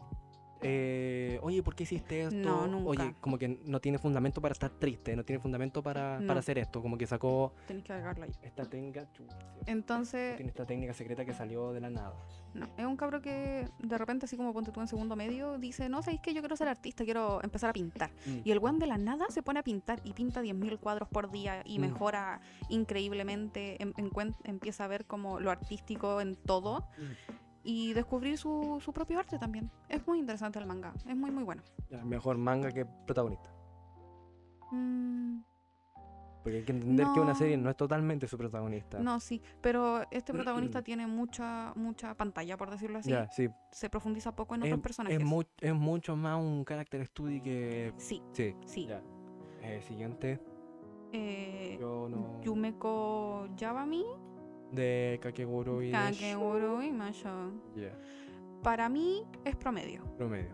Speaker 2: eh, oye, ¿por qué hiciste esto?
Speaker 1: No, nunca.
Speaker 2: Oye, como que no tiene fundamento para estar triste, no tiene fundamento para, para
Speaker 1: No.
Speaker 2: hacer esto. Como que sacó
Speaker 1: Tenés que agregarlo ahí.
Speaker 2: esta técnica. chu-
Speaker 1: Entonces,
Speaker 2: Tiene esta técnica secreta que salió de la nada.
Speaker 1: No, es un cabro que de repente, así como ponte tú en segundo medio, dice, no, sabéis que yo quiero ser artista, quiero empezar a pintar.
Speaker 2: Mm.
Speaker 1: Y el weón de la nada se pone a pintar y pinta 10.000 cuadros por día y
Speaker 2: Mm.
Speaker 1: mejora increíblemente, em- encuen- empieza a ver como lo artístico en todo
Speaker 2: Mm.
Speaker 1: y descubrir su, su propio arte también. Es muy interesante el manga, es muy, muy bueno.
Speaker 2: Ya, mejor manga que protagonista.
Speaker 1: Mm,
Speaker 2: Porque hay que entender que una
Speaker 1: No.
Speaker 2: serie no es totalmente su protagonista.
Speaker 1: no, sí, pero este protagonista tiene mucha, mucha pantalla, por decirlo así.
Speaker 2: Ya, sí.
Speaker 1: Se profundiza poco en
Speaker 2: Es,
Speaker 1: otros personajes.
Speaker 2: es mu- es mucho más un character study que.
Speaker 1: Sí,
Speaker 2: Sí.
Speaker 1: sí.
Speaker 2: Ya. Eh, siguiente.
Speaker 1: Eh,
Speaker 2: Yo no.
Speaker 1: Yumeko Yabami,
Speaker 2: De Kakeguru y.
Speaker 1: Kakeguru Imasho.
Speaker 2: Ya,
Speaker 1: Para mí es promedio.
Speaker 2: promedio.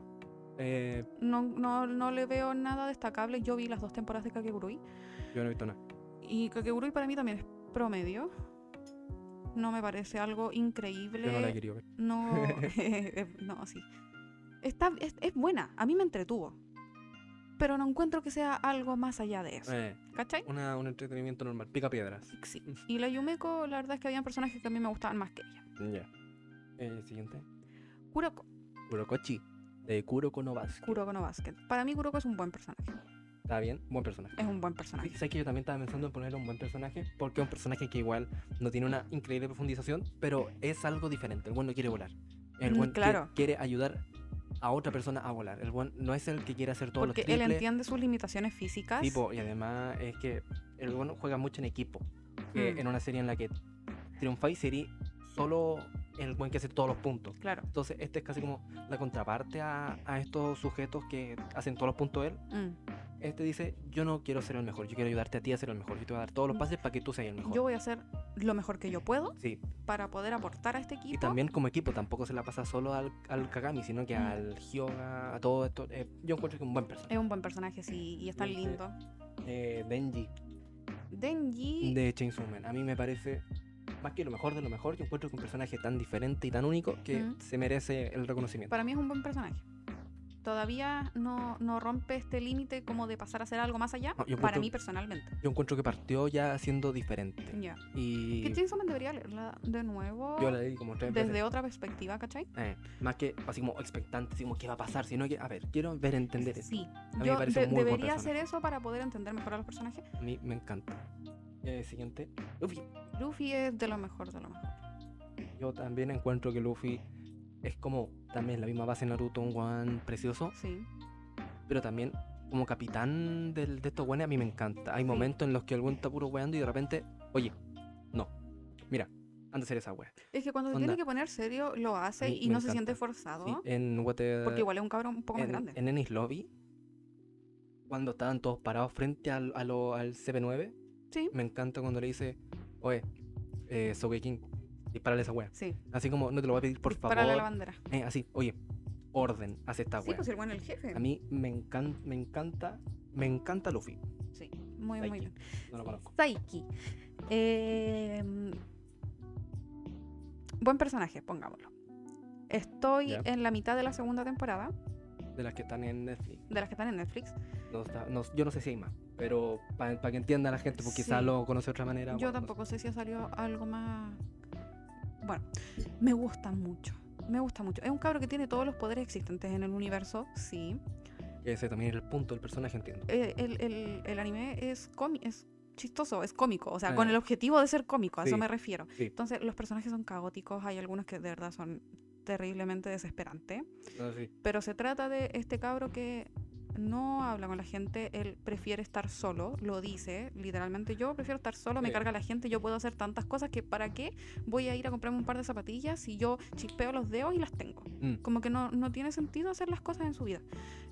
Speaker 2: Eh,
Speaker 1: No, no, no le veo nada destacable. Yo vi las dos temporadas de Kakegurui.
Speaker 2: yo no he visto nada.
Speaker 1: Y Kakegurui para mí también es promedio. No me parece algo increíble.
Speaker 2: Yo no la he querido ver.
Speaker 1: No, eh, no, sí. Está, es, es buena. A mí me entretuvo. Pero no encuentro que sea algo más allá de eso.
Speaker 2: Eh,
Speaker 1: ¿Cachai?
Speaker 2: una, un entretenimiento normal. Pica piedras.
Speaker 1: Sí. Y la Yumeko, la verdad es que había personajes que a mí me gustaban más que ella.
Speaker 2: Ya. Eh, siguiente.
Speaker 1: Kuroko.
Speaker 2: Kurokochi. De Kuroko no Basket.
Speaker 1: Kuroko no Basket. Para mí Kuroko es un buen personaje.
Speaker 2: Está bien, buen personaje.
Speaker 1: Es un buen
Speaker 2: Sí,
Speaker 1: personaje.
Speaker 2: Sabes que yo también estaba pensando en ponerle un buen personaje, porque es un personaje que igual no tiene una increíble profundización, pero es algo diferente. El buen no quiere volar. El
Speaker 1: Mm,
Speaker 2: buen
Speaker 1: claro.
Speaker 2: quiere ayudar a otra persona a volar. El buen no es el que quiere hacer todo
Speaker 1: Porque
Speaker 2: lo
Speaker 1: él
Speaker 2: triple.
Speaker 1: entiende sus limitaciones físicas.
Speaker 2: Tipo, y además es que el bueno juega mucho en equipo. que
Speaker 1: Mm.
Speaker 2: En una serie en la que triunfáis sería solo el buen que hace todos los puntos.
Speaker 1: claro.
Speaker 2: Entonces, este es casi como la contraparte a, a estos sujetos que hacen todos los puntos él.
Speaker 1: Mm.
Speaker 2: Este dice, yo no quiero ser el mejor, yo quiero ayudarte a ti a ser el mejor. Yo te voy a dar todos los pases para que tú seas el mejor.
Speaker 1: Yo voy a hacer lo mejor que yo puedo
Speaker 2: Sí,
Speaker 1: para poder aportar a este equipo.
Speaker 2: y también como equipo, tampoco se la pasa solo al, al Kagami, sino que
Speaker 1: Mm.
Speaker 2: al Hyoga, a todo esto. eh, yo encuentro que es un buen personaje.
Speaker 1: Es un buen personaje, sí, y es tan
Speaker 2: Sí, sí.
Speaker 1: lindo.
Speaker 2: Eh, Denji,
Speaker 1: Denji,
Speaker 2: de Chainsaw Man. A mí me parece, más que lo mejor de lo mejor, yo encuentro que un personaje tan diferente y tan único que
Speaker 1: Mm.
Speaker 2: se merece el reconocimiento.
Speaker 1: para mí es un buen personaje. Todavía no, no rompe este límite como de pasar a hacer algo más allá,
Speaker 2: No, yo
Speaker 1: para
Speaker 2: encuentro-
Speaker 1: mí personalmente.
Speaker 2: Yo encuentro que partió ya siendo diferente.
Speaker 1: Ya.
Speaker 2: Y
Speaker 1: Que Chainsaw Man debería leerla de nuevo
Speaker 2: yo la di como tres veces.
Speaker 1: desde otra perspectiva, ¿cachai?
Speaker 2: Eh, más que así como expectante, así como qué va a pasar, sino que, a ver, quiero ver entender eso.
Speaker 1: Sí,
Speaker 2: me
Speaker 1: yo
Speaker 2: parece
Speaker 1: de-
Speaker 2: muy buen
Speaker 1: debería
Speaker 2: personaje.
Speaker 1: hacer eso para poder entender mejor a los personajes.
Speaker 2: A mí me encanta. Eh, siguiente, Luffy.
Speaker 1: Luffy es de lo mejor, de lo mejor.
Speaker 2: Yo también encuentro que Luffy es como también la misma base de Naruto, un guan precioso,
Speaker 1: Sí,
Speaker 2: pero también como capitán del- de estos guanes a mí me encanta. Hay
Speaker 1: Sí.
Speaker 2: momentos en los que el guan está puro guaneando y de repente, oye, no, mira, anda a hacer esa wea.
Speaker 1: Es que cuando se
Speaker 2: Onda.
Speaker 1: tiene que poner serio, lo hace
Speaker 2: A mí
Speaker 1: y
Speaker 2: me
Speaker 1: no se siente
Speaker 2: encanta.
Speaker 1: forzado.
Speaker 2: Sí, en Water...
Speaker 1: Porque igual es un cabrón un poco más
Speaker 2: en,
Speaker 1: grande.
Speaker 2: en Ennis Lobby, cuando estaban todos parados frente al, a lo- al CP9,
Speaker 1: Sí.
Speaker 2: me encanta cuando le dice, oye, eh, King, dispárale esa wea.
Speaker 1: Sí,
Speaker 2: Así como, no te lo voy a pedir, por
Speaker 1: para la
Speaker 2: favor.
Speaker 1: bandera.
Speaker 2: Eh, así, oye, orden, haz esta
Speaker 1: Sí,
Speaker 2: wea.
Speaker 1: pues el bueno es el jefe.
Speaker 2: A mí me, encanta me encanta, me encanta Luffy.
Speaker 1: Sí, muy, muy
Speaker 2: Saiki.
Speaker 1: bien.
Speaker 2: No lo conozco.
Speaker 1: Saiki. Eh, buen personaje, pongámoslo. Estoy
Speaker 2: Ya.
Speaker 1: en la mitad de la segunda temporada,
Speaker 2: De las que están en Netflix.
Speaker 1: de las que están en Netflix.
Speaker 2: No está- no- yo no sé si hay más, pero para que entienda la gente, porque quizá
Speaker 1: Sí.
Speaker 2: lo conoce de otra manera.
Speaker 1: Yo
Speaker 2: bueno, no sé.
Speaker 1: tampoco sé si ha salido algo más. Bueno, me gusta mucho. Me gusta mucho. Es un cabro que tiene todos los poderes existentes en el universo, sí.
Speaker 2: Ese también era el punto del personaje, entiendo.
Speaker 1: eh, el, el- el anime es, comi- es chistoso, es cómico, o sea,
Speaker 2: Ah,
Speaker 1: con
Speaker 2: ya.
Speaker 1: el objetivo de ser cómico, a eso
Speaker 2: Sí,
Speaker 1: me refiero.
Speaker 2: sí.
Speaker 1: Entonces, los personajes son caóticos, hay algunos que de verdad son terriblemente desesperantes,
Speaker 2: No, sí.
Speaker 1: pero se trata de este cabro que no habla con la gente, él prefiere estar solo, lo dice literalmente, yo prefiero estar solo, me
Speaker 2: Sí.
Speaker 1: carga la gente, yo puedo hacer tantas cosas que para qué voy a ir a comprarme un par de zapatillas si yo chispeo los dedos y las tengo
Speaker 2: Mm.
Speaker 1: como que no, no tiene sentido hacer las cosas en su vida.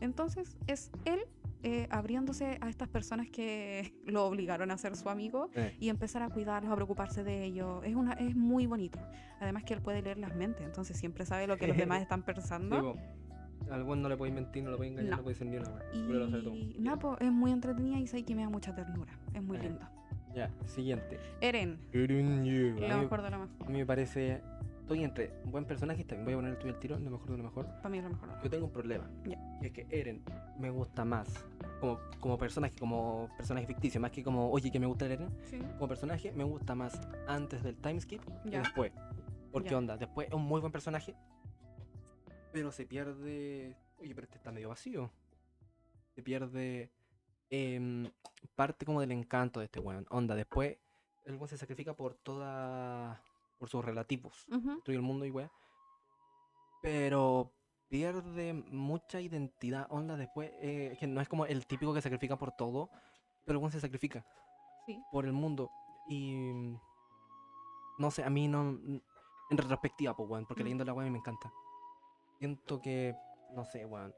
Speaker 1: Entonces es él eh, abriéndose a estas personas que lo obligaron a ser su amigo
Speaker 2: Eh.
Speaker 1: y empezar a cuidarlos, a preocuparse de ellos. Es, una, es muy bonito. Además que él puede leer las mentes, entonces siempre sabe lo que los demás están pensando.
Speaker 2: Digo, al buen no le podéis mentir, no le podéis engañar,
Speaker 1: No.
Speaker 2: no, podéis decir ni una wea. Pero lo sabe todo.
Speaker 1: Y nada, pues, es muy entretenida y sé que me da mucha ternura. Es muy
Speaker 2: Eh.
Speaker 1: lindo.
Speaker 2: Ya, siguiente.
Speaker 1: Eren,
Speaker 2: Eren Yeager.
Speaker 1: lo
Speaker 2: A mí,
Speaker 1: mejor de lo mejor.
Speaker 2: a mí me parece. Estoy entre buen personaje y también voy a poner el tuyo al tiro, lo mejor de lo mejor.
Speaker 1: Para mí es lo mejor. de lo
Speaker 2: Yo
Speaker 1: mejor.
Speaker 2: tengo un problema.
Speaker 1: Ya.
Speaker 2: Y es que Eren me gusta más como, como personaje, como personaje ficticio, más que como, oye, que me gusta el Eren.
Speaker 1: Sí.
Speaker 2: Como personaje, me gusta más antes del time skip que
Speaker 1: Ya.
Speaker 2: después. Porque
Speaker 1: Ya.
Speaker 2: onda, después es un muy buen personaje, pero se pierde. Oye, pero este está medio vacío. Se pierde em, parte como del encanto de este weón. Onda, después el weón se sacrifica por toda. por sus relativos
Speaker 1: Ujú.
Speaker 2: destruye el mundo y weá. Pero pierde mucha identidad. Onda después, eh, que no es como el típico que sacrifica por todo, pero el weón se sacrifica
Speaker 1: Sí.
Speaker 2: por el mundo. Y mm, no sé, a mí no. n- En retrospectiva, pues weón, porque
Speaker 1: Mm.
Speaker 2: leyendo la weá a mí me encanta. Siento que, no sé, weón.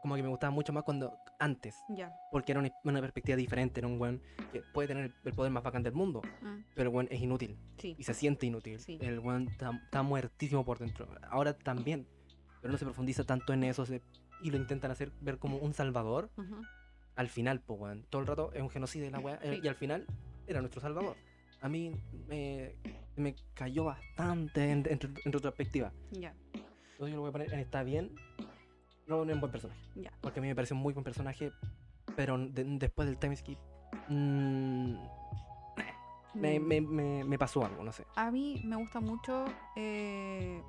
Speaker 2: Como que me gustaba mucho más cuando antes,
Speaker 1: Ya.
Speaker 2: porque era una, una perspectiva diferente, era un weón que puede tener el poder más bacán del mundo,
Speaker 1: Mm.
Speaker 2: pero el weón es inútil
Speaker 1: Sí.
Speaker 2: y se siente inútil.
Speaker 1: Sí.
Speaker 2: El weón está, está muertísimo por dentro. Ahora también, pero no se profundiza tanto en eso. se- y lo intentan hacer ver como un salvador.
Speaker 1: Ujú.
Speaker 2: Al final, po, weón. Todo el rato es un genocida y la weá. eh,
Speaker 1: Sí.
Speaker 2: Y al final, era nuestro salvador. A mí me, me cayó bastante en, en- en retrospectiva.
Speaker 1: Ya.
Speaker 2: Entonces yo lo voy a poner en está bien. No, no es un buen personaje.
Speaker 1: Ya.
Speaker 2: Porque a mí me parece un muy buen personaje. Pero de- después del time skip. mm, me,
Speaker 1: Mm.
Speaker 2: me- me- me pasó algo, no sé.
Speaker 1: A mí me gusta mucho. eh,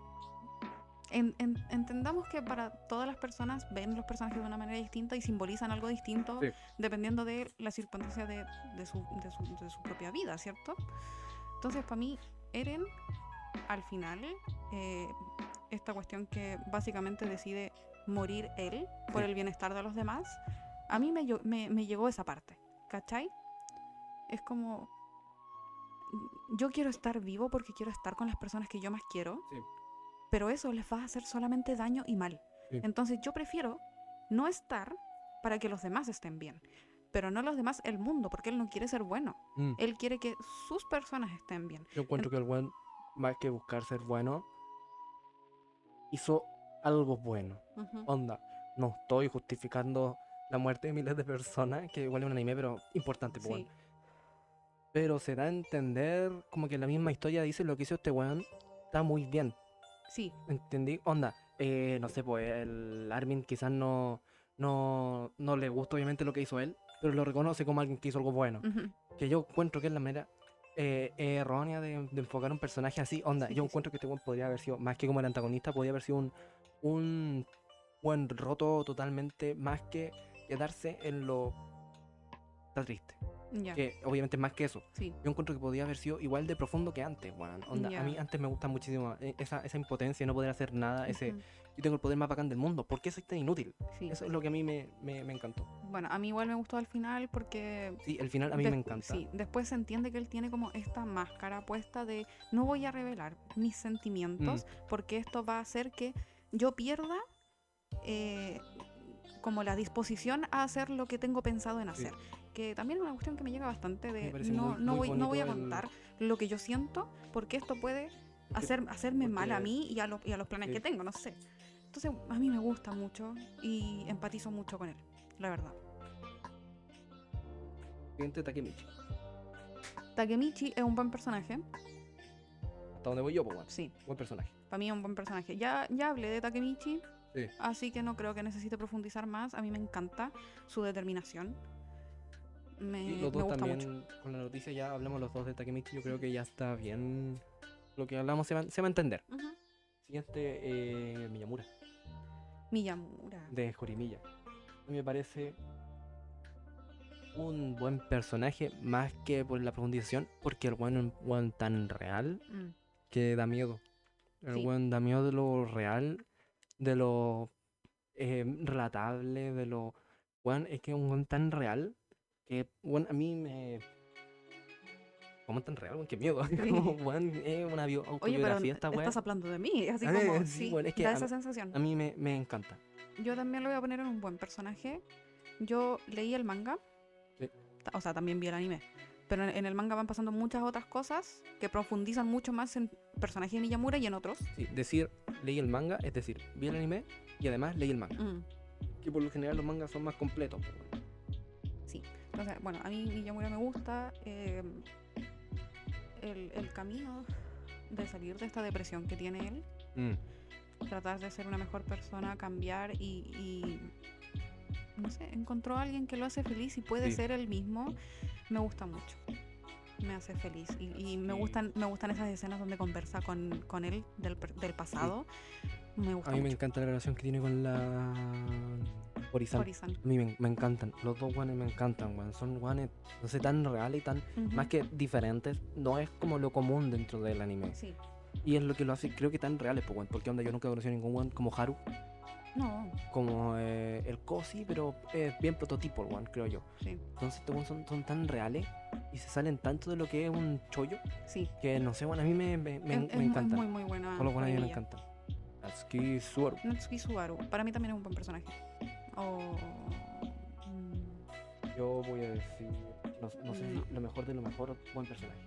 Speaker 1: en- en- entendamos que para todas las personas ven los personajes de una manera distinta y simbolizan algo distinto
Speaker 2: Sí.
Speaker 1: dependiendo de la circunstancia de, de su, de su- de su propia vida, ¿cierto? Entonces, para mí, Eren, al final, eh, esta cuestión que básicamente decide morir él por
Speaker 2: Sí.
Speaker 1: el bienestar de los demás, a mí me, llo- me, me llegó esa parte, ¿cachai? Es como, yo quiero estar vivo porque quiero estar con las personas que yo más quiero,
Speaker 2: Sí.
Speaker 1: pero eso les va a hacer solamente daño y mal.
Speaker 2: Sí.
Speaker 1: Entonces yo prefiero no estar para que los demás estén bien, pero no los demás el mundo, porque él no quiere ser bueno,
Speaker 2: Mm.
Speaker 1: él quiere que sus personas estén bien.
Speaker 2: Yo encuentro que el buen, más que buscar ser bueno, hizo algo bueno.
Speaker 1: Ujú.
Speaker 2: Onda, no estoy justificando la muerte de miles de personas, que igual es un anime, pero importante, pues,
Speaker 1: Sí.
Speaker 2: weón. Pero se da a entender como que la misma historia dice lo que hizo este weón está muy bien.
Speaker 1: sí,
Speaker 2: ¿Entendí? Onda, eh, no sé, pues el Armin quizás no, no, no le gusta obviamente lo que hizo él, pero lo reconoce como alguien que hizo algo bueno.
Speaker 1: ujú.
Speaker 2: Que yo encuentro que es la manera eh, errónea de, de enfocar un personaje así. Onda,
Speaker 1: Sí,
Speaker 2: yo
Speaker 1: sí, sí.
Speaker 2: encuentro que este buen podría haber sido, más que como el antagonista, podría haber sido un, un buen roto totalmente, más que quedarse en lo... Está triste.
Speaker 1: ya,
Speaker 2: Que obviamente es más que eso.
Speaker 1: sí,
Speaker 2: Yo encuentro que podía haber sido igual de profundo que antes, weón. Onda,
Speaker 1: Ya.
Speaker 2: a mí antes me gusta muchísimo eh, esa, esa impotencia de no poder hacer nada, ese...
Speaker 1: ujú,
Speaker 2: Yo tengo el poder más bacán del mundo, ¿por qué soy tan inútil?
Speaker 1: sí.
Speaker 2: Eso es lo que a mí me, me, me encantó.
Speaker 1: Bueno, a mí igual me gustó al final porque
Speaker 2: Sí, el final a mí
Speaker 1: Des-
Speaker 2: me encanta.
Speaker 1: Sí, después se entiende que él tiene como esta máscara puesta de no voy a revelar mis sentimientos
Speaker 2: Mm.
Speaker 1: porque esto va a hacer que yo pierda eh, como la disposición a hacer lo que tengo pensado en
Speaker 2: Sí.
Speaker 1: hacer. Que también es una cuestión que me llega bastante de
Speaker 2: parece
Speaker 1: no,
Speaker 2: muy-
Speaker 1: no
Speaker 2: muy
Speaker 1: voy, no voy a
Speaker 2: bonito el-
Speaker 1: contar lo que yo siento porque esto puede
Speaker 2: Porque-
Speaker 1: hacer, hacerme mal a
Speaker 2: porque-
Speaker 1: mí y a, lo- y a los planes
Speaker 2: sí.
Speaker 1: que tengo, no sé. Entonces a mí me gusta mucho y empatizo mucho con él, la verdad.
Speaker 2: Siguiente Takemichi.
Speaker 1: Takemichi es un buen personaje,
Speaker 2: Hasta donde voy yo, pues, weón.
Speaker 1: sí.
Speaker 2: Buen personaje.
Speaker 1: Para mí es un buen personaje. Ya, ya hablé de Takemichi,
Speaker 2: Sí.
Speaker 1: así que no creo que necesite profundizar más. A mí me encanta su determinación. Me,
Speaker 2: Y
Speaker 1: Eh, me
Speaker 2: los dos
Speaker 1: gusta
Speaker 2: también,
Speaker 1: mucho.
Speaker 2: con la noticia ya hablamos los dos de Takemichi, yo creo que ya está bien. Lo que hablamos se va, se va a entender.
Speaker 1: Ujú.
Speaker 2: Siguiente, eh, Miyamura,
Speaker 1: Miyamura.
Speaker 2: de Jorimilla. A mí me parece un buen personaje, más que por la profundización, porque el buen es un buen tan real
Speaker 1: Mm,
Speaker 2: que da miedo. El
Speaker 1: Sí.
Speaker 2: buen da miedo de lo real, de lo eh, relatable, de lo... Weón, es que es un weón tan real que, weón, a mí me... ¿Cómo tan real, weón? ¡Qué miedo! Como, weón, es una bio-
Speaker 1: Oye, pero
Speaker 2: autobiografía esta weón.
Speaker 1: estás hablando de mí, así
Speaker 2: Ah,
Speaker 1: como
Speaker 2: sí,
Speaker 1: sí,
Speaker 2: bueno, es que
Speaker 1: da
Speaker 2: a-
Speaker 1: esa sensación.
Speaker 2: A mí me, me encanta.
Speaker 1: Yo también lo voy a poner en un buen personaje. Yo leí el manga,
Speaker 2: Sí.
Speaker 1: ta- o sea, también vi el anime. Pero en- en el manga van pasando muchas otras cosas que profundizan mucho más en personajes de Miyamura y en otros.
Speaker 2: Sí, decir, leí el manga, es decir, vi el anime y además leí el manga.
Speaker 1: Mm.
Speaker 2: Que por lo general los mangas son más completos. pues, weón.
Speaker 1: Entonces, bueno, a mí Miyamura me gusta eh, el, el camino de salir de esta depresión que tiene él, tratar de ser una mejor persona, cambiar y, y, no sé, encontró a alguien que lo hace feliz y puede
Speaker 2: Sí.
Speaker 1: ser él mismo, me gusta mucho. Me hace feliz y, y me
Speaker 2: Sí.
Speaker 1: gustan me gustan esas escenas donde conversa con, con él del, per- del pasado. Me gusta
Speaker 2: A mí me
Speaker 1: mucho.
Speaker 2: encanta la relación que tiene con la... Orizan.
Speaker 1: Hori-san.
Speaker 2: A mí me, me encantan, los dos guanes me encantan, weón. Son guanes, no sé, tan reales y tan,
Speaker 1: Ujú.
Speaker 2: más que diferentes, no es como lo común dentro del anime.
Speaker 1: Sí.
Speaker 2: Y es lo que lo hace, creo que tan reales, pues, weón. Porque onda, yo nunca he conocido ningún guan como Haru,
Speaker 1: No,
Speaker 2: como eh, el Cosi, pero es bien prototipo, el weón, creo yo.
Speaker 1: sí,
Speaker 2: Entonces, estos weón son, son tan reales y se salen tanto de lo que es un chollo
Speaker 1: sí.
Speaker 2: que no sé, bueno, a mí me, me, me,
Speaker 1: Es-
Speaker 2: me
Speaker 1: es, mu- es
Speaker 2: encantan.
Speaker 1: muy, muy buena.
Speaker 2: Todos los guanes a mí me
Speaker 1: Horimiya.
Speaker 2: encantan. Atsuki Suor.
Speaker 1: Natsuki Subaru, para mí también es un buen personaje. O. mm,
Speaker 2: Yo voy a decir, no, no sé,
Speaker 1: No.
Speaker 2: si lo mejor de lo mejor, buen personaje.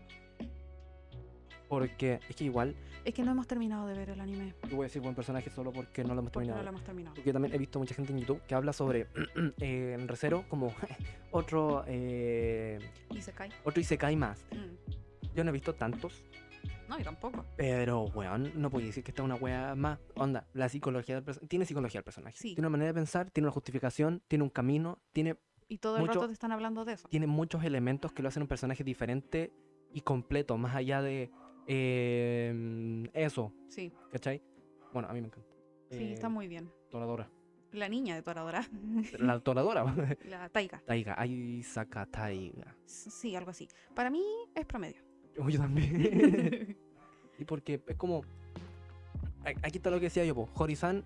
Speaker 2: Porque es que igual,
Speaker 1: Es que no hemos terminado de ver el anime.
Speaker 2: yo voy a decir buen personaje solo porque no lo hemos
Speaker 1: Porque no
Speaker 2: terminado.
Speaker 1: lo hemos terminado.
Speaker 2: Porque también he visto mucha gente en YouTube que habla sobre eh, en Recero como otro, eh,
Speaker 1: Y se cae.
Speaker 2: otro Isekai más. Yo no he visto tantos,
Speaker 1: Mm, No, yo tampoco.
Speaker 2: pero weón, no puedo decir que esta es una wea más. Onda, la psicología del personaje. Tiene psicología el personaje.
Speaker 1: Sí.
Speaker 2: Tiene una manera de pensar, tiene una justificación, tiene un camino, tiene
Speaker 1: Y todo el
Speaker 2: Mucho-
Speaker 1: rato te están hablando de eso.
Speaker 2: tiene muchos elementos que lo hacen un personaje diferente y completo, más allá de eh, eso,
Speaker 1: Sí,
Speaker 2: ¿cachai? Bueno, a mí me encanta.
Speaker 1: sí, está
Speaker 2: Eh,
Speaker 1: muy bien.
Speaker 2: Toradora.
Speaker 1: La niña de Toradora,
Speaker 2: La toradora.
Speaker 1: la Taiga.
Speaker 2: Taiga, ay, saca Taiga.
Speaker 1: S- Sí, algo así. Para mí es promedio. Mm.
Speaker 2: Oh, Yo también. y porque es como. a- Aquí está lo que decía yo, po. Horizon,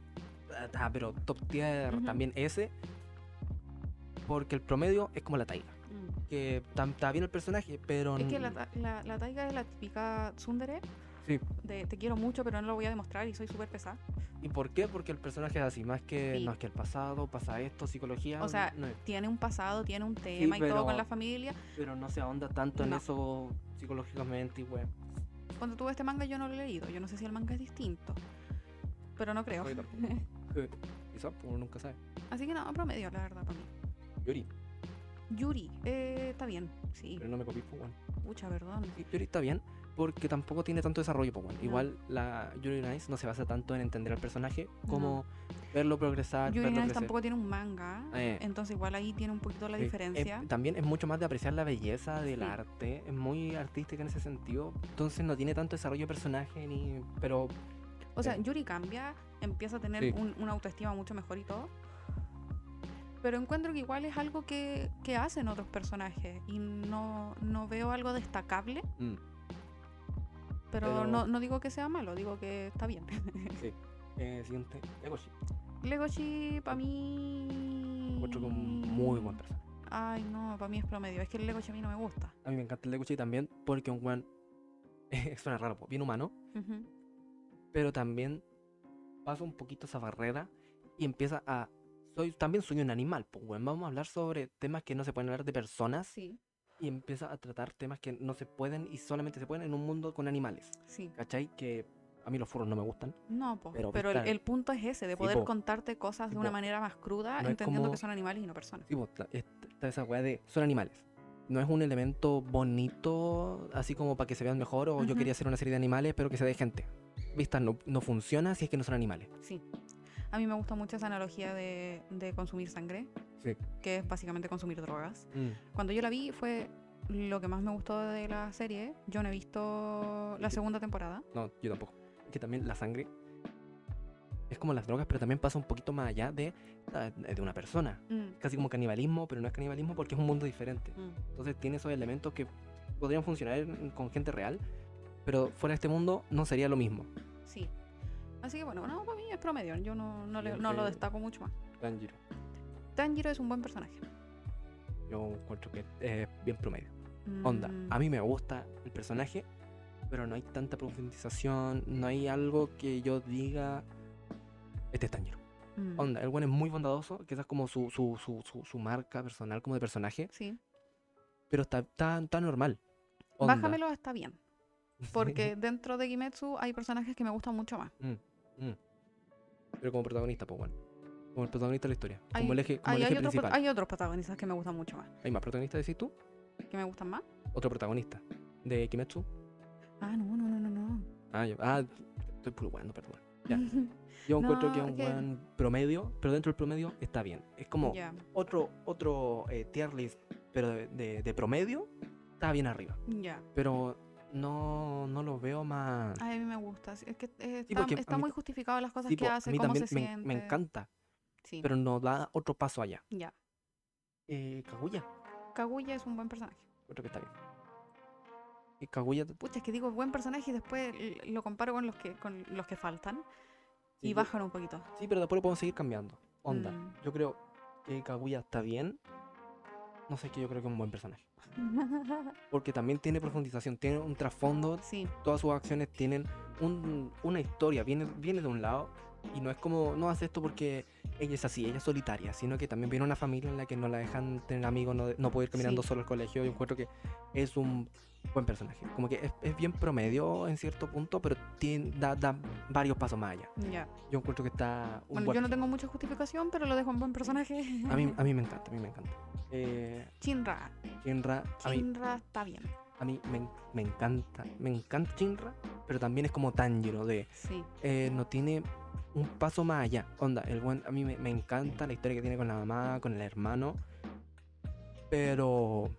Speaker 2: ah, pero top tier
Speaker 1: Ujú.
Speaker 2: también ese. Porque el promedio es como la Taiga.
Speaker 1: Mm,
Speaker 2: que tam- está bien el personaje, pero...
Speaker 1: Es que la,
Speaker 2: n-
Speaker 1: ta- la, la Taiga es la típica tsundere
Speaker 2: Sí.
Speaker 1: de te quiero mucho, pero no lo voy a demostrar y soy súper pesada.
Speaker 2: ¿Y por qué? Porque el personaje es así, más que...
Speaker 1: Sí.
Speaker 2: No, es que el pasado, pasa esto, psicología...
Speaker 1: O sea,
Speaker 2: no es.
Speaker 1: Tiene un pasado, tiene un tema y todo
Speaker 2: pero-
Speaker 1: con la familia.
Speaker 2: pero no se ahonda tanto en
Speaker 1: No.
Speaker 2: eso psicológicamente y weón.
Speaker 1: Cuando tuve este manga yo no lo he leído. Yo no sé si el manga es distinto. Pero no creo.
Speaker 2: Oye, tampoco. Quizás, pues, uno nunca sabe.
Speaker 1: Así que no, promedio, la verdad, para mí.
Speaker 2: Yuri,
Speaker 1: Yuri, eh, está bien. Sí,
Speaker 2: pero Ah, no me copié, pues, weón.
Speaker 1: mucha perdón.
Speaker 2: Y Yuri está bien porque tampoco tiene tanto desarrollo, pues, weón.
Speaker 1: No.
Speaker 2: Igual la Yuri Nice no se basa tanto en entender al personaje como verlo progresar,
Speaker 1: Yuri
Speaker 2: verlo
Speaker 1: Nice
Speaker 2: crecer.
Speaker 1: tampoco tiene un manga.
Speaker 2: Eh.
Speaker 1: Entonces igual ahí tiene un poquito la
Speaker 2: Sí, eh, es-
Speaker 1: diferencia.
Speaker 2: también es mucho más de apreciar la belleza del
Speaker 1: Sí.
Speaker 2: arte, es muy artística en ese sentido, entonces no tiene tanto desarrollo de personaje ni... Pero
Speaker 1: O sea,
Speaker 2: Sí.
Speaker 1: Yuri cambia, empieza a tener
Speaker 2: eh. Sí.
Speaker 1: un- una autoestima mucho mejor y todo. Pero encuentro que igual es algo que, que hacen otros personajes y no, no veo algo destacable,
Speaker 2: mm,
Speaker 1: pero,
Speaker 2: Pero-
Speaker 1: No, no digo que sea malo, digo que está bien.
Speaker 2: eh, siguiente, Egoshi,
Speaker 1: Legoshi para mí...
Speaker 2: otro con muy buen personaje.
Speaker 1: Ay, no, para mí es promedio. Es que el Legoshi a mí no me gusta.
Speaker 2: A mí me encanta el Leguchi también porque un weón eh, suena raro, po, bien humano,
Speaker 1: Ujú.
Speaker 2: pero también pasa un poquito esa barrera y empieza a. Soy, también soy un animal, pues weón. Vamos a hablar sobre temas que no se pueden hablar de personas
Speaker 1: Sí,
Speaker 2: y empieza a tratar temas que no se pueden y solamente se pueden en un mundo con animales.
Speaker 1: sí.
Speaker 2: ¿Cachai? Que a mí los furros no me gustan.
Speaker 1: No, po,
Speaker 2: Pero,
Speaker 1: pero, el,
Speaker 2: claro.
Speaker 1: el punto es ese, de
Speaker 2: Sí,
Speaker 1: poder
Speaker 2: po.
Speaker 1: contarte cosas
Speaker 2: Sí,
Speaker 1: de una
Speaker 2: po.
Speaker 1: manera más cruda,
Speaker 2: No es
Speaker 1: entendiendo
Speaker 2: como-
Speaker 1: que son animales y no personas.
Speaker 2: Sí, po, ta- es- está esa weá de. Son animales. No es un elemento bonito, así como para que se vean mejor, o yo
Speaker 1: Ujú.
Speaker 2: quería hacer una serie de animales, pero que se dé gente. Vistas no, no funciona si es que no son animales.
Speaker 1: Sí. A mí me gusta mucho esa analogía de, de consumir sangre,
Speaker 2: Sí.
Speaker 1: que es básicamente consumir drogas. Cuando yo la vi fue lo que más me gustó de la serie. Yo no he visto la
Speaker 2: Sí.
Speaker 1: segunda temporada.
Speaker 2: No, yo tampoco. Es que también la sangre es como las drogas, pero también pasa un poquito más allá de, ah, de una persona.
Speaker 1: Mm.
Speaker 2: Casi como canibalismo, pero no es canibalismo porque es un mundo diferente. Entonces tiene esos elementos que podrían funcionar en- con gente real, pero fuera de este mundo no sería lo mismo.
Speaker 1: Sí. Así que bueno, no, para mí es promedio. Yo no, no, le- no
Speaker 2: Siguiente.
Speaker 1: lo destaco mucho más.
Speaker 2: Tanjiro.
Speaker 1: Tanjiro es un buen personaje.
Speaker 2: Yo encuentro que es bien promedio. Onda,
Speaker 1: Mm,
Speaker 2: a mí me gusta el personaje, pero no hay tanta profundización, no hay algo que yo diga, este es Tanjiro.
Speaker 1: mm,
Speaker 2: Onda, el buen es muy bondadoso, que esa es como su, su, su, su, su marca personal como de personaje,
Speaker 1: Sí.
Speaker 2: pero está tan, tan normal. Onda.
Speaker 1: Bájamelo está bien. Porque dentro de Kimetsu hay personajes que me gustan mucho más.
Speaker 2: pero como protagonista, pues bueno. Como el protagonista de la historia.
Speaker 1: Hay,
Speaker 2: como el eje, como
Speaker 1: hay-
Speaker 2: el eje
Speaker 1: hay otros,
Speaker 2: principal.
Speaker 1: pro- hay otros protagonistas que me gustan mucho más.
Speaker 2: Hay más protagonistas, decís tú.
Speaker 1: ¿Que me gustan más?
Speaker 2: Otro protagonista. De Kimetsu.
Speaker 1: Ah, no, no, no, no, no.
Speaker 2: Ah, yo- ah, estoy puro bueno, perdón. Ya. Yo encuentro que es
Speaker 1: No,
Speaker 2: un
Speaker 1: que-
Speaker 2: buen promedio, pero dentro del promedio está bien. Es como
Speaker 1: Ya,
Speaker 2: otro, otro eh, tier list, pero de- de- de promedio, está bien arriba.
Speaker 1: ya.
Speaker 2: pero no, no lo veo más.
Speaker 1: Ay, A mí me gusta. sí, Es que eh, está,
Speaker 2: porque a
Speaker 1: está
Speaker 2: mí
Speaker 1: muy
Speaker 2: ta-
Speaker 1: justificado las cosas
Speaker 2: Sí,
Speaker 1: que
Speaker 2: po, a
Speaker 1: hace,
Speaker 2: mí
Speaker 1: cómo se
Speaker 2: también me-
Speaker 1: siente.
Speaker 2: me, encanta,
Speaker 1: Sí,
Speaker 2: pero nos da otro paso allá.
Speaker 1: ya.
Speaker 2: Eh, Kaguya,
Speaker 1: Kaguya es un buen personaje.
Speaker 2: creo que está bien. Y Kaguya,
Speaker 1: Pucha, es que digo buen personaje y después l- lo comparo con los que, con los que faltan
Speaker 2: sí,
Speaker 1: y
Speaker 2: pero-
Speaker 1: bajan un poquito.
Speaker 2: Sí, pero después lo podemos seguir cambiando. Onda,
Speaker 1: Mm.
Speaker 2: yo creo que Kaguya está bien. No sé, es que yo creo que es un buen personaje. Porque también tiene profundización, tiene un trasfondo,
Speaker 1: Mm. sí,
Speaker 2: todas sus acciones tienen un- una historia, viene, viene de un lado y no es como, no hace esto porque ella es así, ella es solitaria, sino que también viene una familia en la que no la dejan tener amigos, no, no puede ir caminando
Speaker 1: Sí.
Speaker 2: solo al colegio. Yo encuentro que es un buen personaje, como que es, es bien promedio en cierto punto, pero tiene, da, da varios pasos más allá.
Speaker 1: ya.
Speaker 2: Yo encuentro que está un
Speaker 1: Bueno, yo no
Speaker 2: buen personaje.
Speaker 1: tengo mucha justificación, pero lo dejo en buen personaje.
Speaker 2: a mí, a mí me encanta, a mí me encanta. Eh,
Speaker 1: Chinra.
Speaker 2: Shinra, a mí,
Speaker 1: Chinra está bien.
Speaker 2: a mí me, en- me encanta, me encanta Shinra, pero también es como Tanjiro de...
Speaker 1: Sí.
Speaker 2: eh, no tiene un paso más allá. Onda, el buen, a mí me, me encanta la historia que tiene con la mamá, con el hermano. Pero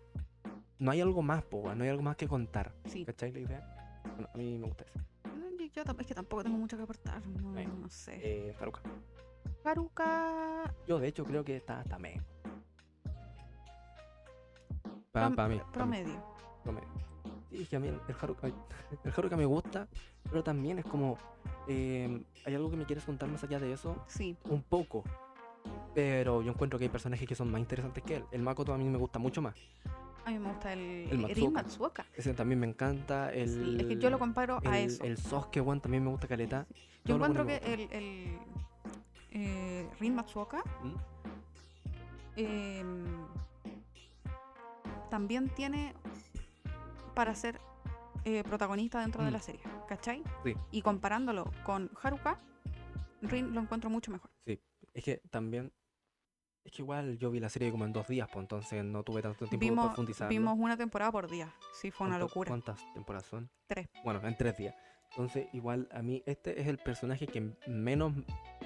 Speaker 2: no hay algo más, po, weón, no hay algo más que contar.
Speaker 1: Sí.
Speaker 2: ¿Cachai la idea? Bueno, a mí me gusta eso.
Speaker 1: No, Yo, yo tam- es que tampoco tengo mucho que aportar. No,
Speaker 2: Ahí.
Speaker 1: no sé.
Speaker 2: Eh, Haruka.
Speaker 1: Haruka.
Speaker 2: Yo, de hecho, creo que está hasta me.
Speaker 1: prom-
Speaker 2: Para mí. pa' mí,
Speaker 1: Promedio.
Speaker 2: promedio. Sí, es que a mí el, el Haruka, el Haruka me gusta, pero también es como. eh, ¿Hay algo que me quieres contar más allá de eso?
Speaker 1: Sí.
Speaker 2: un poco. Pero yo encuentro que hay personajes que son más interesantes que él. El Makoto a mí me gusta mucho más.
Speaker 1: A mí me gusta el,
Speaker 2: El
Speaker 1: el Rin
Speaker 2: Matsuoka.
Speaker 1: Matsuoka.
Speaker 2: Ese también me encanta. El,
Speaker 1: Sí, es que yo lo comparo a
Speaker 2: el,
Speaker 1: eso.
Speaker 2: el Sosuke, weón, también me gusta caleta.
Speaker 1: yo
Speaker 2: todo lo bueno
Speaker 1: encuentro
Speaker 2: me
Speaker 1: que
Speaker 2: gusta.
Speaker 1: el, el eh, Rin Matsuoka
Speaker 2: ¿Mm?
Speaker 1: em, también tiene para ser eh, protagonista dentro de
Speaker 2: Mm.
Speaker 1: la serie, ¿cachai?
Speaker 2: Sí.
Speaker 1: Y comparándolo con Haruka, Rin lo encuentro mucho mejor.
Speaker 2: Es que también. Es que igual yo vi la serie como en dos días, pues entonces no tuve tanto tiempo de profundizar.
Speaker 1: vimos una temporada por día, sí, fue una
Speaker 2: ¿Cuánto-
Speaker 1: locura.
Speaker 2: ¿Cuántas temporadas son?
Speaker 1: Tres.
Speaker 2: Bueno, en tres días. Entonces, igual a mí, este es el personaje que menos.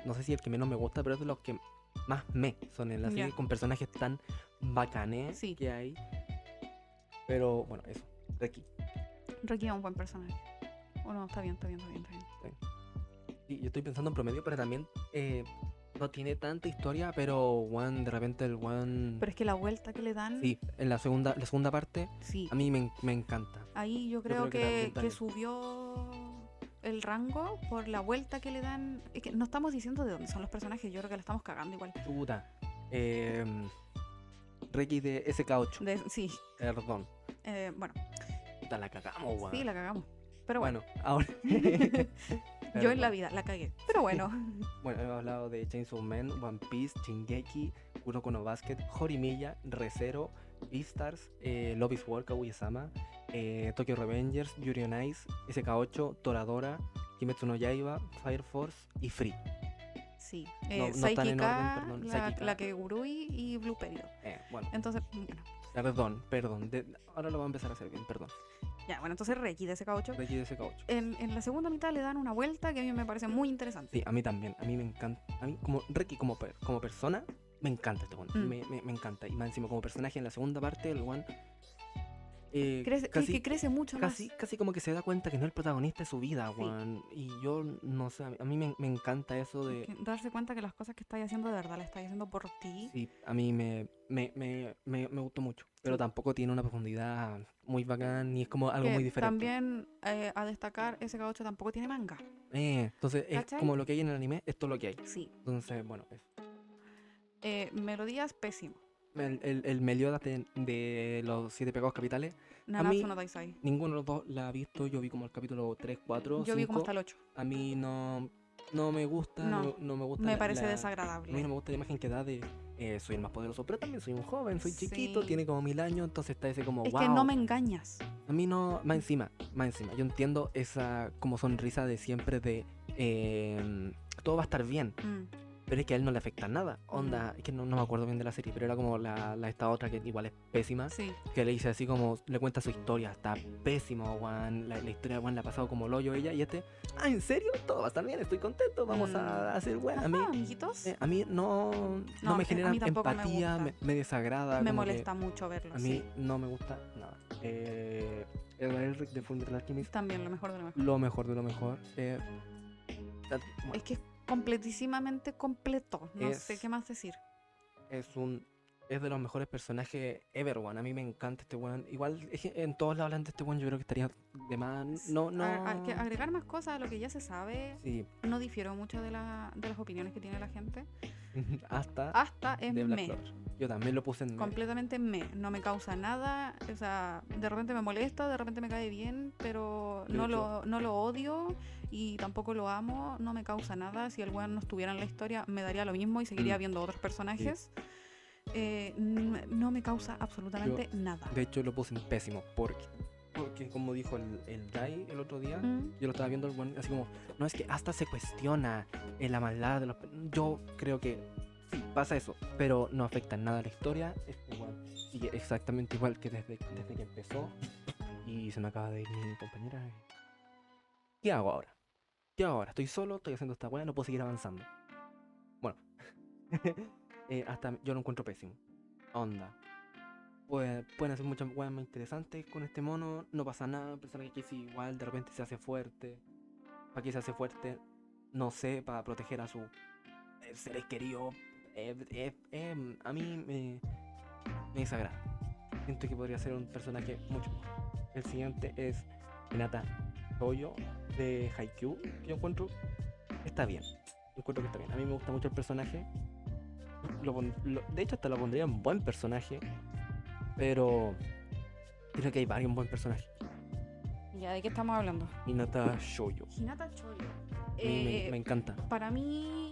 Speaker 2: No sé si el que menos me gusta, pero es de los que más me son en la serie,
Speaker 1: Ya.
Speaker 2: con personajes tan bacanes
Speaker 1: Sí.
Speaker 2: que hay. Pero bueno, eso. Reki.
Speaker 1: Ricky es un buen personaje. Oh, no, está bien, está bien, está bien, está bien.
Speaker 2: Sí, yo estoy pensando en promedio, pero también eh, no tiene tanta historia, pero Juan, de repente el Juan.
Speaker 1: Pero es que la vuelta que le dan, sí.
Speaker 2: Mm. Sí, en la segunda, la segunda parte, a mí me, en- me encanta.
Speaker 1: Ahí yo creo,
Speaker 2: creo que también
Speaker 1: que,
Speaker 2: está
Speaker 1: que
Speaker 2: bien.
Speaker 1: subió el rango por la vuelta que le dan. Es que no estamos diciendo de dónde son los personajes, yo creo que la estamos cagando igual.
Speaker 2: Puta. Eh, Reki de SK8,
Speaker 1: De- sí,
Speaker 2: perdón.
Speaker 1: eh, bueno,
Speaker 2: Puta, la cagamos, weón.
Speaker 1: sí, la cagamos. Pero bueno,
Speaker 2: Oh, Bueno, ahora.
Speaker 1: yo en la
Speaker 2: Perdón.
Speaker 1: vida la cagué. Pero bueno,
Speaker 2: Bueno, hemos hablado de Chainsaw Man, One Piece, Shingeki, Kuroko no Basket, Horimiya, Re:Zero, Beastars, eh, Love is War, Kaguya-sama, eh, Tokyo Revengers, Yuri on Ice, SK8, Toradora, Kimetsu no Yaiba, Fire Force y Free.
Speaker 1: sí.
Speaker 2: no
Speaker 1: Eh,
Speaker 2: están en
Speaker 1: Psyche
Speaker 2: orden,
Speaker 1: K,
Speaker 2: perdón,
Speaker 1: la,
Speaker 2: Psyche K.
Speaker 1: la que Gurui y Blue Period.
Speaker 2: Eh, bueno,
Speaker 1: Entonces, bueno,
Speaker 2: perdón, perdón. de- ahora lo voy a empezar a hacer bien, perdón.
Speaker 1: ya, bueno, entonces Reiki de SK8.
Speaker 2: De aquí de SK8.
Speaker 1: En, en la segunda mitad le dan una vuelta que a mí me parece muy interesante.
Speaker 2: Sí, a mí también. A mí me encanta. A mí, como Ricky, como, per- como persona, me encanta este one.
Speaker 1: Mm.
Speaker 2: Me, me- me encanta. Y más encima, como personaje, en la segunda parte, el one. eh,
Speaker 1: Crece, es
Speaker 2: casi,
Speaker 1: que crece mucho
Speaker 2: casi,
Speaker 1: más.
Speaker 2: casi como que se da cuenta que no es el protagonista de su vida,
Speaker 1: Sí.
Speaker 2: one. Y yo, no sé, a mí, a mí me, me encanta eso de.
Speaker 1: Que Darse cuenta que las cosas que estáis haciendo de verdad las estáis haciendo por ti.
Speaker 2: Sí, a mí me, me, me, me- me gustó mucho. Pero
Speaker 1: Sí.
Speaker 2: tampoco tiene una profundidad muy bacán, ni es como algo
Speaker 1: que
Speaker 2: muy diferente.
Speaker 1: También eh, a destacar, SK8 tampoco tiene manga.
Speaker 2: Eh, entonces, es
Speaker 1: ¿Cachai?
Speaker 2: como lo que hay en el anime, esto es lo que hay.
Speaker 1: Sí.
Speaker 2: Entonces, bueno, eso.
Speaker 1: Eh, melodías, pésimo.
Speaker 2: El, el, el Meliodas de, de los Siete Pecados Capitales.
Speaker 1: Nanatsu
Speaker 2: mí-
Speaker 1: no Taizai.
Speaker 2: Ninguno de los dos la ha visto. Yo vi como el capítulo 3, 4,
Speaker 1: Yo vi como
Speaker 2: 5.
Speaker 1: hasta el 8.
Speaker 2: A mí no, no me gusta.
Speaker 1: No,
Speaker 2: No, no me gusta.
Speaker 1: Me
Speaker 2: la-
Speaker 1: parece
Speaker 2: la- A mí no
Speaker 1: desagradable.
Speaker 2: me gusta la imagen que da de eh, soy el más poderoso, pero también soy un joven, soy chiquito,
Speaker 1: Sí.
Speaker 2: tiene como mil años, entonces está ese como
Speaker 1: Es
Speaker 2: wow.
Speaker 1: que no me engañas.
Speaker 2: A mí no, más encima, más encima. Yo entiendo esa como sonrisa de siempre de eh, todo va a estar bien,
Speaker 1: Mm.
Speaker 2: pero es que a él no le afecta nada. Onda, es que no, no me acuerdo bien de la serie, pero era como la, la esta otra que igual es pésima.
Speaker 1: Sí.
Speaker 2: que le dice así como, le cuenta su historia, está pésimo, Juan, la, la historia de Juan la ha pasado como loyo ella, y este, ah, ¿en serio? Todo va a estar bien, estoy contento, vamos a
Speaker 1: Mm.
Speaker 2: hacer Juan. A mí,
Speaker 1: Ajá, amiguitos.
Speaker 2: eh, a mí no, no,
Speaker 1: No, a mí-
Speaker 2: me
Speaker 1: a
Speaker 2: genera
Speaker 1: mí tampoco me
Speaker 2: empatía, me,
Speaker 1: gusta.
Speaker 2: me desagrada.
Speaker 1: me
Speaker 2: Ah, como que
Speaker 1: molesta mucho verlo.
Speaker 2: A mí
Speaker 1: sí.
Speaker 2: no me gusta nada. Eh, Edward Elric de Fullmetal Alchemist,
Speaker 1: También lo mejor de lo mejor.
Speaker 2: lo mejor de lo mejor. eh, that- bueno,
Speaker 1: Es que es completísimamente completo. No
Speaker 2: Es-
Speaker 1: sé qué más decir.
Speaker 2: es un... Es de los mejores personajes ever, Juan. A mí me encanta este Juan. Igual es que en todos lados hablan de este Juan, yo creo que estaría de más. No, no.
Speaker 1: A- a- que agregar más cosas a lo que ya se sabe
Speaker 2: Sí.
Speaker 1: no difiero mucho de, la, de las opiniones que tiene la gente.
Speaker 2: hasta
Speaker 1: Hasta en
Speaker 2: de Black
Speaker 1: Ah, me.
Speaker 2: Clover. Yo también lo puse en me.
Speaker 1: completamente me, no me causa nada, o sea, de repente me molesta, de repente me cae bien, pero
Speaker 2: Yo
Speaker 1: no
Speaker 2: de
Speaker 1: lo, no lo odio y tampoco lo amo, no me causa nada, si el weón no estuviera en la historia me daría lo mismo y seguiría
Speaker 2: Mm.
Speaker 1: viendo otros personajes, Eh, n- no me causa absolutamente nada.
Speaker 2: De hecho, lo puse en pésimo. Porque, porque como dijo el, el Dai el otro día,
Speaker 1: Mm,
Speaker 2: yo lo estaba viendo el buen- así como, no es que hasta se cuestiona eh, la maldad de los. pe-". Yo creo que sí, pasa eso, pero no afecta en nada a la historia. Este weón sigue exactamente igual que desde, desde que empezó. Y se me acaba de ir mi compañera. ¿Qué hago ahora? ¿Qué hago ahora? Estoy solo, estoy haciendo esta weá, no puedo seguir avanzando. Bueno, eh, hasta yo lo encuentro pésimo. Onda. Pueden, pues, pueden hacer muchas weas más interesantes con este mono, no pasa nada, pensar que Casey igual de repente se hace fuerte. ¿Para qué se hace fuerte? No sé, para proteger a su eh, seres queridos. Eh, eh, eh, a mí me, me desagrada. Siento que podría ser un personaje mucho mejor. El siguiente es Hinata Toyo de Haikyuu, que yo encuentro está bien. Encuentro que está bien. A mí me gusta mucho el personaje. Lo pon- lo- de hecho, hasta lo pondría en buen personaje. Pero Creo que hay varios buen personaje.
Speaker 1: Ya, ¿de qué estamos hablando?
Speaker 2: Hinata Shoujo.
Speaker 1: Hinata Choyo.
Speaker 2: A mí me-
Speaker 1: Eh,
Speaker 2: me encanta.
Speaker 1: Para mí,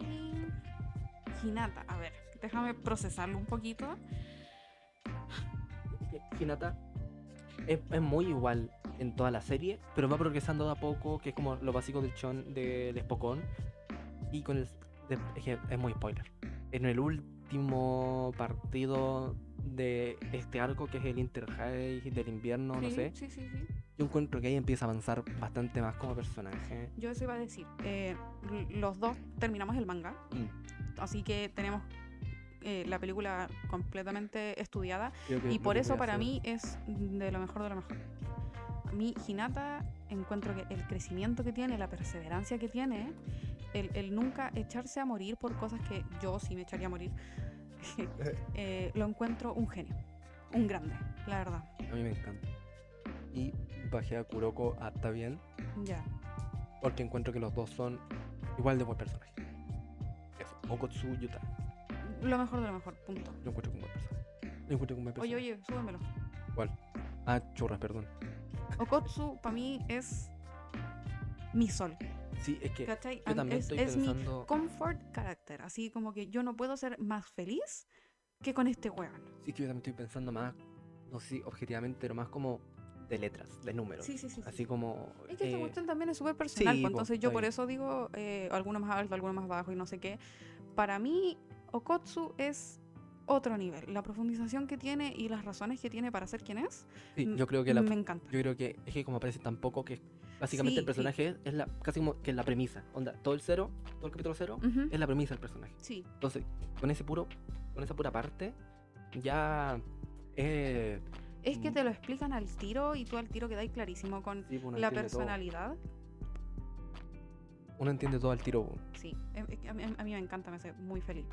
Speaker 1: Hinata, a ver, déjame procesarlo un poquito.
Speaker 2: que Hinata es, es muy igual en toda la serie, pero va progresando de a poco, que es como lo básico del chon del Spokon. Y con el. de- es que es muy spoiler. En el último partido de este arco, que es el Interhigh del invierno, no
Speaker 1: sí,
Speaker 2: sé,
Speaker 1: sí, sí, sí.
Speaker 2: yo encuentro que ahí empieza a avanzar bastante más como personaje.
Speaker 1: Yo eso iba a decir. eh, l- los dos terminamos el manga,
Speaker 2: Mm.
Speaker 1: así que tenemos eh, la película completamente estudiada.
Speaker 2: Creo que
Speaker 1: Y
Speaker 2: lo
Speaker 1: por
Speaker 2: que
Speaker 1: eso
Speaker 2: voy a
Speaker 1: para
Speaker 2: hacer-
Speaker 1: mí es de lo mejor de lo mejor. A mí Hinata encuentro que el crecimiento que tiene, la perseverancia que tiene, el, el nunca echarse a morir por cosas que yo sí me echaría a morir, eh, lo encuentro un genio, un grande, la verdad.
Speaker 2: A mí me encanta. Y bajé a Kuroko hasta bien,
Speaker 1: Ya.
Speaker 2: porque encuentro que los dos son igual de buen personaje. Eso, Okotsu Yuta.
Speaker 1: Lo mejor de lo mejor, punto.
Speaker 2: Yo encuentro con buen personaje. Yo encuentro con buen personaje.
Speaker 1: Oye, oye, súbemelo.
Speaker 2: ¿Cuál? Ah, churras, perdón.
Speaker 1: Okotsu para mí es mi sol.
Speaker 2: Sí, es que
Speaker 1: ¿Cachai?
Speaker 2: yo
Speaker 1: Am-
Speaker 2: también
Speaker 1: es,
Speaker 2: estoy
Speaker 1: es mi
Speaker 2: pensando.
Speaker 1: comfort character. Así como que yo no puedo ser más feliz que con este weón.
Speaker 2: Sí, que yo también estoy pensando más. No sé si objetivamente, pero más como de letras, de números.
Speaker 1: Sí, sí, sí. sí.
Speaker 2: Así como.
Speaker 1: Es que esta
Speaker 2: eh,
Speaker 1: cuestión también es súper personal.
Speaker 2: sí,
Speaker 1: pues,
Speaker 2: po,
Speaker 1: entonces yo
Speaker 2: está
Speaker 1: por
Speaker 2: bien.
Speaker 1: eso digo eh, alguno más alto, alguno más bajo y no sé qué. Para mí, Okotsu es otro nivel. La profundización que tiene y las razones que tiene para ser quien es,
Speaker 2: sí,
Speaker 1: m-
Speaker 2: yo creo que la.
Speaker 1: me encanta.
Speaker 2: Yo creo que es que como aparece tan poco que básicamente
Speaker 1: Sí,
Speaker 2: el personaje es la casi como que la premisa. Onda, todo el cero, todo el capítulo cero
Speaker 1: Ujú,
Speaker 2: es la premisa del personaje.
Speaker 1: Sí,
Speaker 2: Entonces, con ese puro, con esa pura parte, ya es
Speaker 1: es que
Speaker 2: Mm.
Speaker 1: te lo explican al tiro y tú al tiro quedáis clarísimo con
Speaker 2: sí, pues uno
Speaker 1: la
Speaker 2: entiende todo.
Speaker 1: personalidad.
Speaker 2: Uno entiende todo al tiro. pues.
Speaker 1: Sí, em- em- a mí, a mí me encanta, me hace muy feliz.